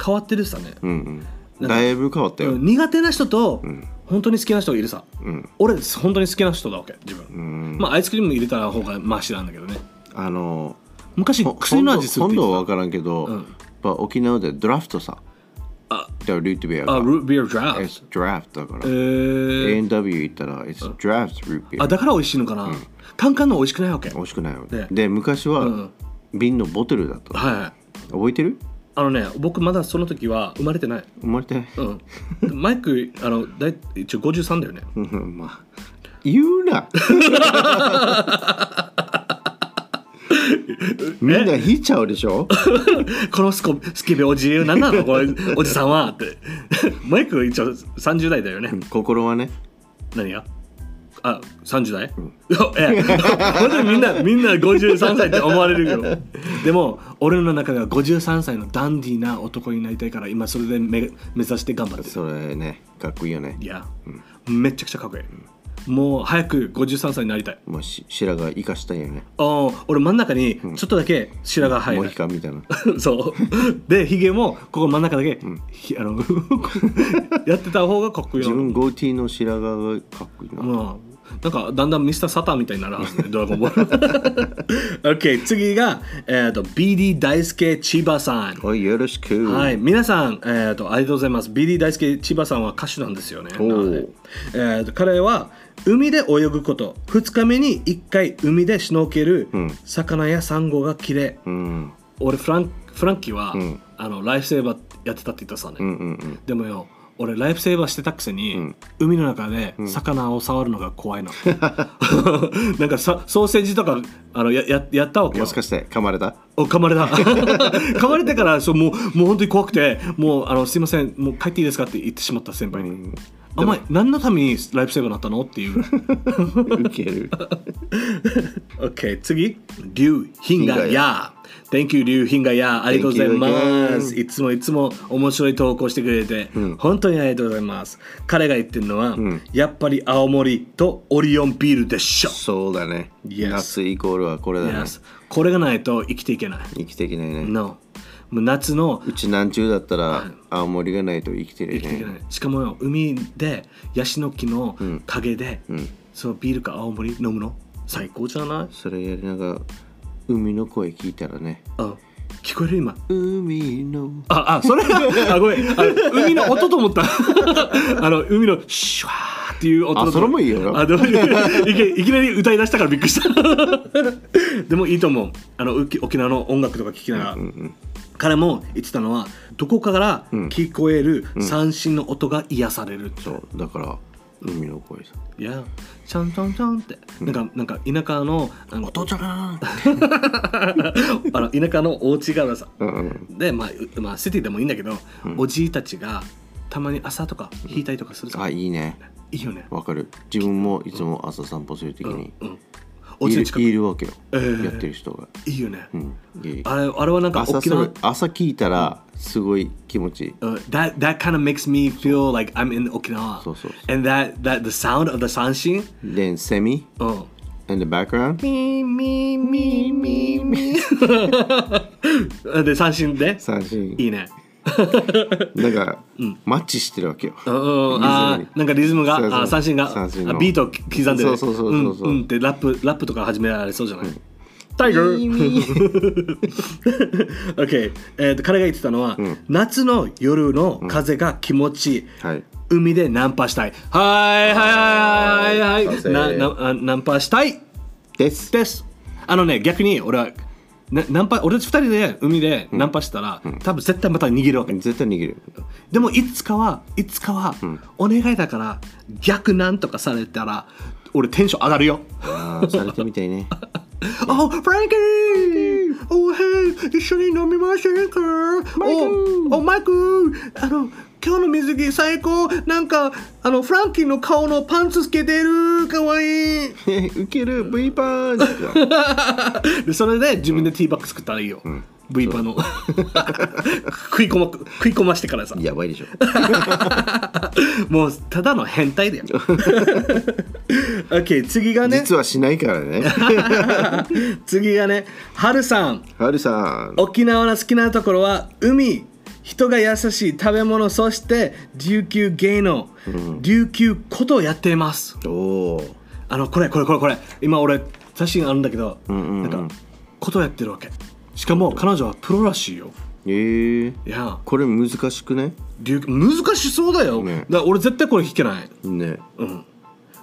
Speaker 1: 変わってるさね。
Speaker 2: うんうんだいぶ変わったよ、
Speaker 1: うん苦手な人と、本当に好きな人がいるさ、
Speaker 2: ん
Speaker 1: 俺本当に好きな人だわけ自分、
Speaker 2: ん
Speaker 1: まあアイスクリーム入れた方がマシなんだけどね
Speaker 2: あの
Speaker 1: 昔
Speaker 2: ほ
Speaker 1: 薬の味するって
Speaker 2: ほん
Speaker 1: 言
Speaker 2: ど
Speaker 1: っ
Speaker 2: は分からんけど、
Speaker 1: ん
Speaker 2: やっぱ沖縄でドラフトさ
Speaker 1: あ
Speaker 2: だからルートビア
Speaker 1: たあ
Speaker 2: が
Speaker 1: ルービアドラフト
Speaker 2: It's draft だから、
Speaker 1: えー
Speaker 2: A&W 行ったら It's draft root beer
Speaker 1: あだから美味しいのかな、カンカンの美味しくないわけ
Speaker 2: 美
Speaker 1: はい
Speaker 2: 味しくないよ、
Speaker 1: ね
Speaker 2: で昔は、
Speaker 1: うん
Speaker 2: 瓶のボトルだった
Speaker 1: はい
Speaker 2: 覚えてる
Speaker 1: あのね僕まだその時は生まれてない
Speaker 2: 生まれてない
Speaker 1: うんマイクあのだい一応53だよね
Speaker 2: うん まあ言 うなみんな引いちゃうでしょ
Speaker 1: このスコスケベおじ何なのこれおじさんはってマイク一応30代だよね
Speaker 2: 心はね
Speaker 1: 何があ30代、ええ本当にみんなみんな53歳って思われるよでも俺の中では53歳のダンディーな男になりたいから今それで目目指して頑張ってる
Speaker 2: それねかっこいいよね
Speaker 1: いや、めちゃくちゃかっこいい、もう早く53歳になりたい
Speaker 2: もうし白髪生かしたいよね
Speaker 1: あー俺真ん中にちょっとだけ白髪生え
Speaker 2: モ
Speaker 1: ない
Speaker 2: ヒ、カンみたいな
Speaker 1: そうでヒゲもここ真ん中だけ、ひあの やってた方がかっこいい
Speaker 2: 自
Speaker 1: な
Speaker 2: 分ゴーティーの白髪がかっこいいな
Speaker 1: まあなんかだんだんミスターサタンみたいになるはずね、ドラゴンボール。OK、次 が、えー、と BD 大輔千葉さん。
Speaker 2: おいよろしく
Speaker 1: はい、皆さん、えーと、ありがとうございます。ビリー大輔千葉さんは歌手なんですよね。
Speaker 2: おー
Speaker 1: なのでえーと彼は海で泳ぐこと、2日目に1回海でシュノーケル、魚やサンゴが綺麗。
Speaker 2: うん
Speaker 1: 俺フラン、フランキーは、
Speaker 2: ん
Speaker 1: あのライフセーバーやってたって言ったさね。
Speaker 2: うんうん
Speaker 1: でもよ、俺ライフセーバーしてたくせに、海の中で魚を触るのが怖いの。 なんかさソーセージとかあのやややったわけ
Speaker 2: うん
Speaker 1: よ
Speaker 2: もし。かして噛まれた
Speaker 1: お噛まれた 噛まれてからそうもうもう本当に怖くてもうあのすいませんもう帰っていいですかって言ってしまった先輩に、 お前何のためにライフセーバーになったのっていうぐらい
Speaker 2: ウケる
Speaker 1: OK 次リュウヒンガ
Speaker 2: ヒンガ
Speaker 1: ヤ Thank you リュウヒンガヤありがとうござい
Speaker 2: Thank you
Speaker 1: ま
Speaker 2: again
Speaker 1: すいつもいつも面白い投稿してくれて、本当にありがとうございます彼が言ってるのは、やっぱり青森とオリオンビールでしょ
Speaker 2: そうだね
Speaker 1: Yes
Speaker 2: 夏イコールはこれだね
Speaker 1: Yes これがないと生きていけない
Speaker 2: 生きていけないね
Speaker 1: No もう夏の
Speaker 2: うち南中だったら青森がないと生きてる
Speaker 1: 生きていけ
Speaker 2: よ
Speaker 1: な
Speaker 2: ね
Speaker 1: いしかもよ海でヤシの木の陰で、
Speaker 2: ん
Speaker 1: そのビールか青森飲むの最高じゃない、
Speaker 2: それやりながら海の声聞いたらね
Speaker 1: うん、聞こえる今
Speaker 2: 海の
Speaker 1: ああそれ あごめんあの海の音と思った あの海のシュワーっていう音
Speaker 2: あそれもいいよな
Speaker 1: あでもいけいきなり歌い出したからびっくりした でもいいと思うあのうき沖縄の音楽とか聴きながら、彼も言ってたのはどこかから聞こえる三振の音が癒されるって、
Speaker 2: そうだから海の声さ
Speaker 1: いやちゃんちゃんちゃんって、なんかなんか田舎のあの
Speaker 2: お父ちゃん
Speaker 1: あの田舎のお家がさ
Speaker 2: うんうん
Speaker 1: で、まあ、うまあシティでもいいんだけど、おじいたちがたまに朝とか引いたりとかするさ、
Speaker 2: あいいね
Speaker 1: いいよね、
Speaker 2: わかる自分もいつも朝散歩するときに
Speaker 1: うん、お
Speaker 2: い
Speaker 1: 家の
Speaker 2: る
Speaker 1: 近くい
Speaker 2: いるわけよ
Speaker 1: ー
Speaker 2: やってる人が
Speaker 1: いよね、
Speaker 2: うんいい
Speaker 1: あれあれはなんか
Speaker 2: 朝
Speaker 1: 沖
Speaker 2: そ
Speaker 1: 縄
Speaker 2: れ朝聞いたらすごい気持ちいい
Speaker 1: Uh, that that kind of makes me feel like I'm in Okinawa.
Speaker 2: そうそうそう
Speaker 1: And that that the sound of the sanshin.
Speaker 2: Then semi
Speaker 1: Uh,
Speaker 2: in the background
Speaker 1: me me me me me. で三振で。
Speaker 2: 三振
Speaker 1: いいね。
Speaker 2: なんかマッチしてるわけよ
Speaker 1: うんうんうん、あーなんかリズムが
Speaker 2: そうそう
Speaker 1: あー三振が
Speaker 2: 三振
Speaker 1: あ
Speaker 2: の
Speaker 1: ビートを刻んでる
Speaker 2: そうそうそうそうそうん
Speaker 1: うんってラップラップとか始められそうじゃない、タイガ ー OK、えーと彼が言ってたのは、夏の夜の風が気持ちいい、
Speaker 2: はい
Speaker 1: 海でナンパしたいはいはいはいはいはい
Speaker 2: 賛成
Speaker 1: ななあナンパしたい
Speaker 2: です
Speaker 1: ですあのね逆に俺はなナンパ俺たち二人で海でナンパしたら、多分絶対また逃げるわけ
Speaker 2: 絶対逃げる
Speaker 1: でもいつかはいつかは、お願いだから逆なんとかされたら俺テンション上がるよ。
Speaker 2: あーされてみたいね
Speaker 1: おフランキーおへい一緒に飲みませんか
Speaker 2: マイク
Speaker 1: おおマイクあの今日の水着最高なんかあのフランキーの顔のパンツ透けてるかわいい
Speaker 2: ウケる V パンチ
Speaker 1: でそれで自分でティーバッグ作ったらいいよ、V パーの食い込ま食い込ましてからさ
Speaker 2: やばいでしょ
Speaker 1: もうただの変態だよ。OK 次がね
Speaker 2: 実はしないからね
Speaker 1: 次がねはるさん
Speaker 2: はるさん
Speaker 1: 沖縄の好きなところは海人が優しい食べ物そして琉球芸能、琉球ことをやっています
Speaker 2: おお
Speaker 1: あのこれこれこれこれ今俺写真あるんだけど、なんかことをやってるわけしかも彼女はプロらしいよ
Speaker 2: ええ
Speaker 1: いや
Speaker 2: これ難しくね
Speaker 1: 琉球難しそうだよ、
Speaker 2: ね
Speaker 1: だから俺絶対これ弾けない
Speaker 2: ね
Speaker 1: うん、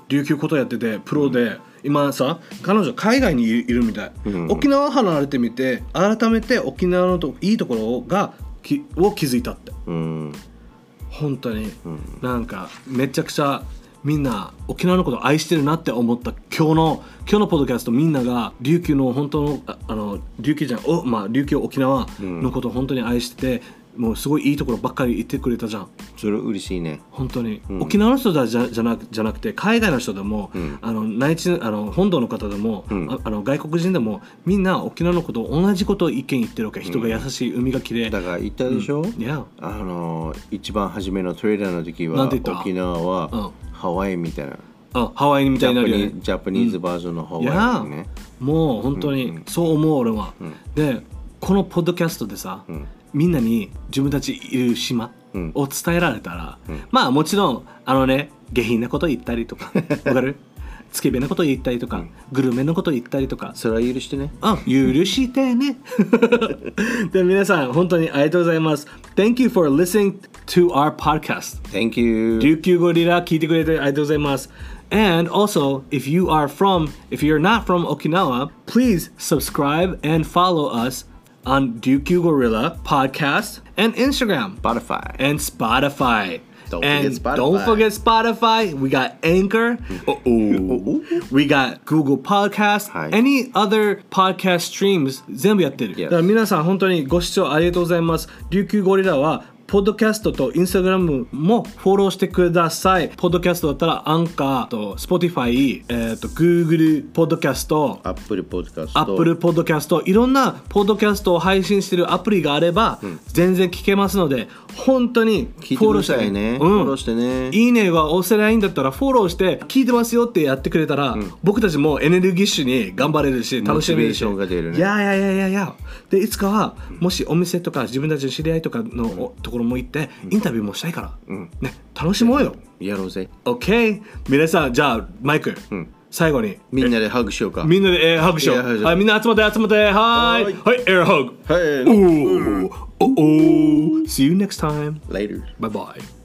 Speaker 1: 琉球ことやっててプロで、今さ彼女海外にいいるみたい、沖縄離れてみて改めて沖縄のといいところがきを気づいたって
Speaker 2: うん
Speaker 1: 本当に、なんかめちゃくちゃみんな沖縄のこと愛してるなって思った今日の今日のポッドキャストみんなが琉球の本当のああの琉球じゃんおまあ琉球沖縄のことを本当に愛してて、もうすごいいいところばっかり言ってくれたじゃん
Speaker 2: それ嬉しいね
Speaker 1: 本当に、沖縄の人だじゃじゃなくじゃなくて海外の人でも、あの内地あの本土の方でも、ああの外国人でもみんな沖縄のこと同じことを意見言ってるわけ人が優しい、海が綺麗
Speaker 2: だから言ったでしょ、
Speaker 1: いや
Speaker 2: あの一番初めのトレーダーの時
Speaker 1: なん
Speaker 2: は
Speaker 1: て言った
Speaker 2: 沖縄は
Speaker 1: う
Speaker 2: ハワイみたいな
Speaker 1: あハワイみ
Speaker 2: ジ
Speaker 1: たい
Speaker 2: ャ
Speaker 1: にな
Speaker 2: パ
Speaker 1: る
Speaker 2: ニ
Speaker 1: よ
Speaker 2: ー
Speaker 1: ね
Speaker 2: ズジャパニーズバージョンのハワイ
Speaker 1: い
Speaker 2: だ
Speaker 1: や
Speaker 2: ね
Speaker 1: もう本当にそう思う俺は、でこのポッドキャストでさ、みんなに自分たちいる島
Speaker 2: うん
Speaker 1: を伝えられたら、まあもちろんあのね下品なこと言ったりとかわかるつけべなこと言ったりとか、グルメのこと言ったりとか
Speaker 2: それは許してね
Speaker 1: あ許してねで皆さん本当にありがとうございます Thank you for listening to our podcast
Speaker 2: Thank you
Speaker 1: 琉球ゴリラ聞いてくれてありがとうございます。And also, if you are from, if you're not from Okinawa, please subscribe and follow us on Ryukyu Gorilla podcast and Instagram
Speaker 2: Spotify
Speaker 1: and Spotify.
Speaker 2: Don't
Speaker 1: and
Speaker 2: forget Spotify.
Speaker 1: don't forget Spotify. We got Anchor. Uh-oh. we got Google Podcast.
Speaker 2: はい
Speaker 1: Any other podcast streams 全部やってる。
Speaker 2: Yes.
Speaker 1: だから皆さん本当にご視聴ありがとうございます。琉球ゴリラはポッドキャストとインスタグラムもフォローしてください。ポッドキャストだったらアンカーと Spotify、えー、と Google ポッドキャスト、
Speaker 2: Apple Podcast
Speaker 1: アップルポッドキャストいろんなポッドキャストを配信してるアプリがあれば、全然聞けますので本当に
Speaker 2: 聞いてくださいねフォローして
Speaker 1: うん
Speaker 2: ね
Speaker 1: いいねは押せないんだったらフォローして聞いてますよってやってくれたら、僕たちもエネルギッシュに頑張れるし楽しみでしょ
Speaker 2: モチベーションが出るね
Speaker 1: いやいやいやいやいやでいつかはもしお店とか自分たちの知り合いとかのおところも行ってインタビューもしたいから、ね楽しもうよ、
Speaker 2: やろうぜ
Speaker 1: OK 皆さんじゃあマイク、最後に
Speaker 2: みんなでハグしようか
Speaker 1: みんなでエアハグしよう。
Speaker 2: エアハグしよう
Speaker 1: はい、みんな集まって集まって。はーい。
Speaker 2: は
Speaker 1: はい、エアハグ。
Speaker 2: はい
Speaker 1: Oh, おーおー。See you next time.
Speaker 2: Later
Speaker 1: Bye bye.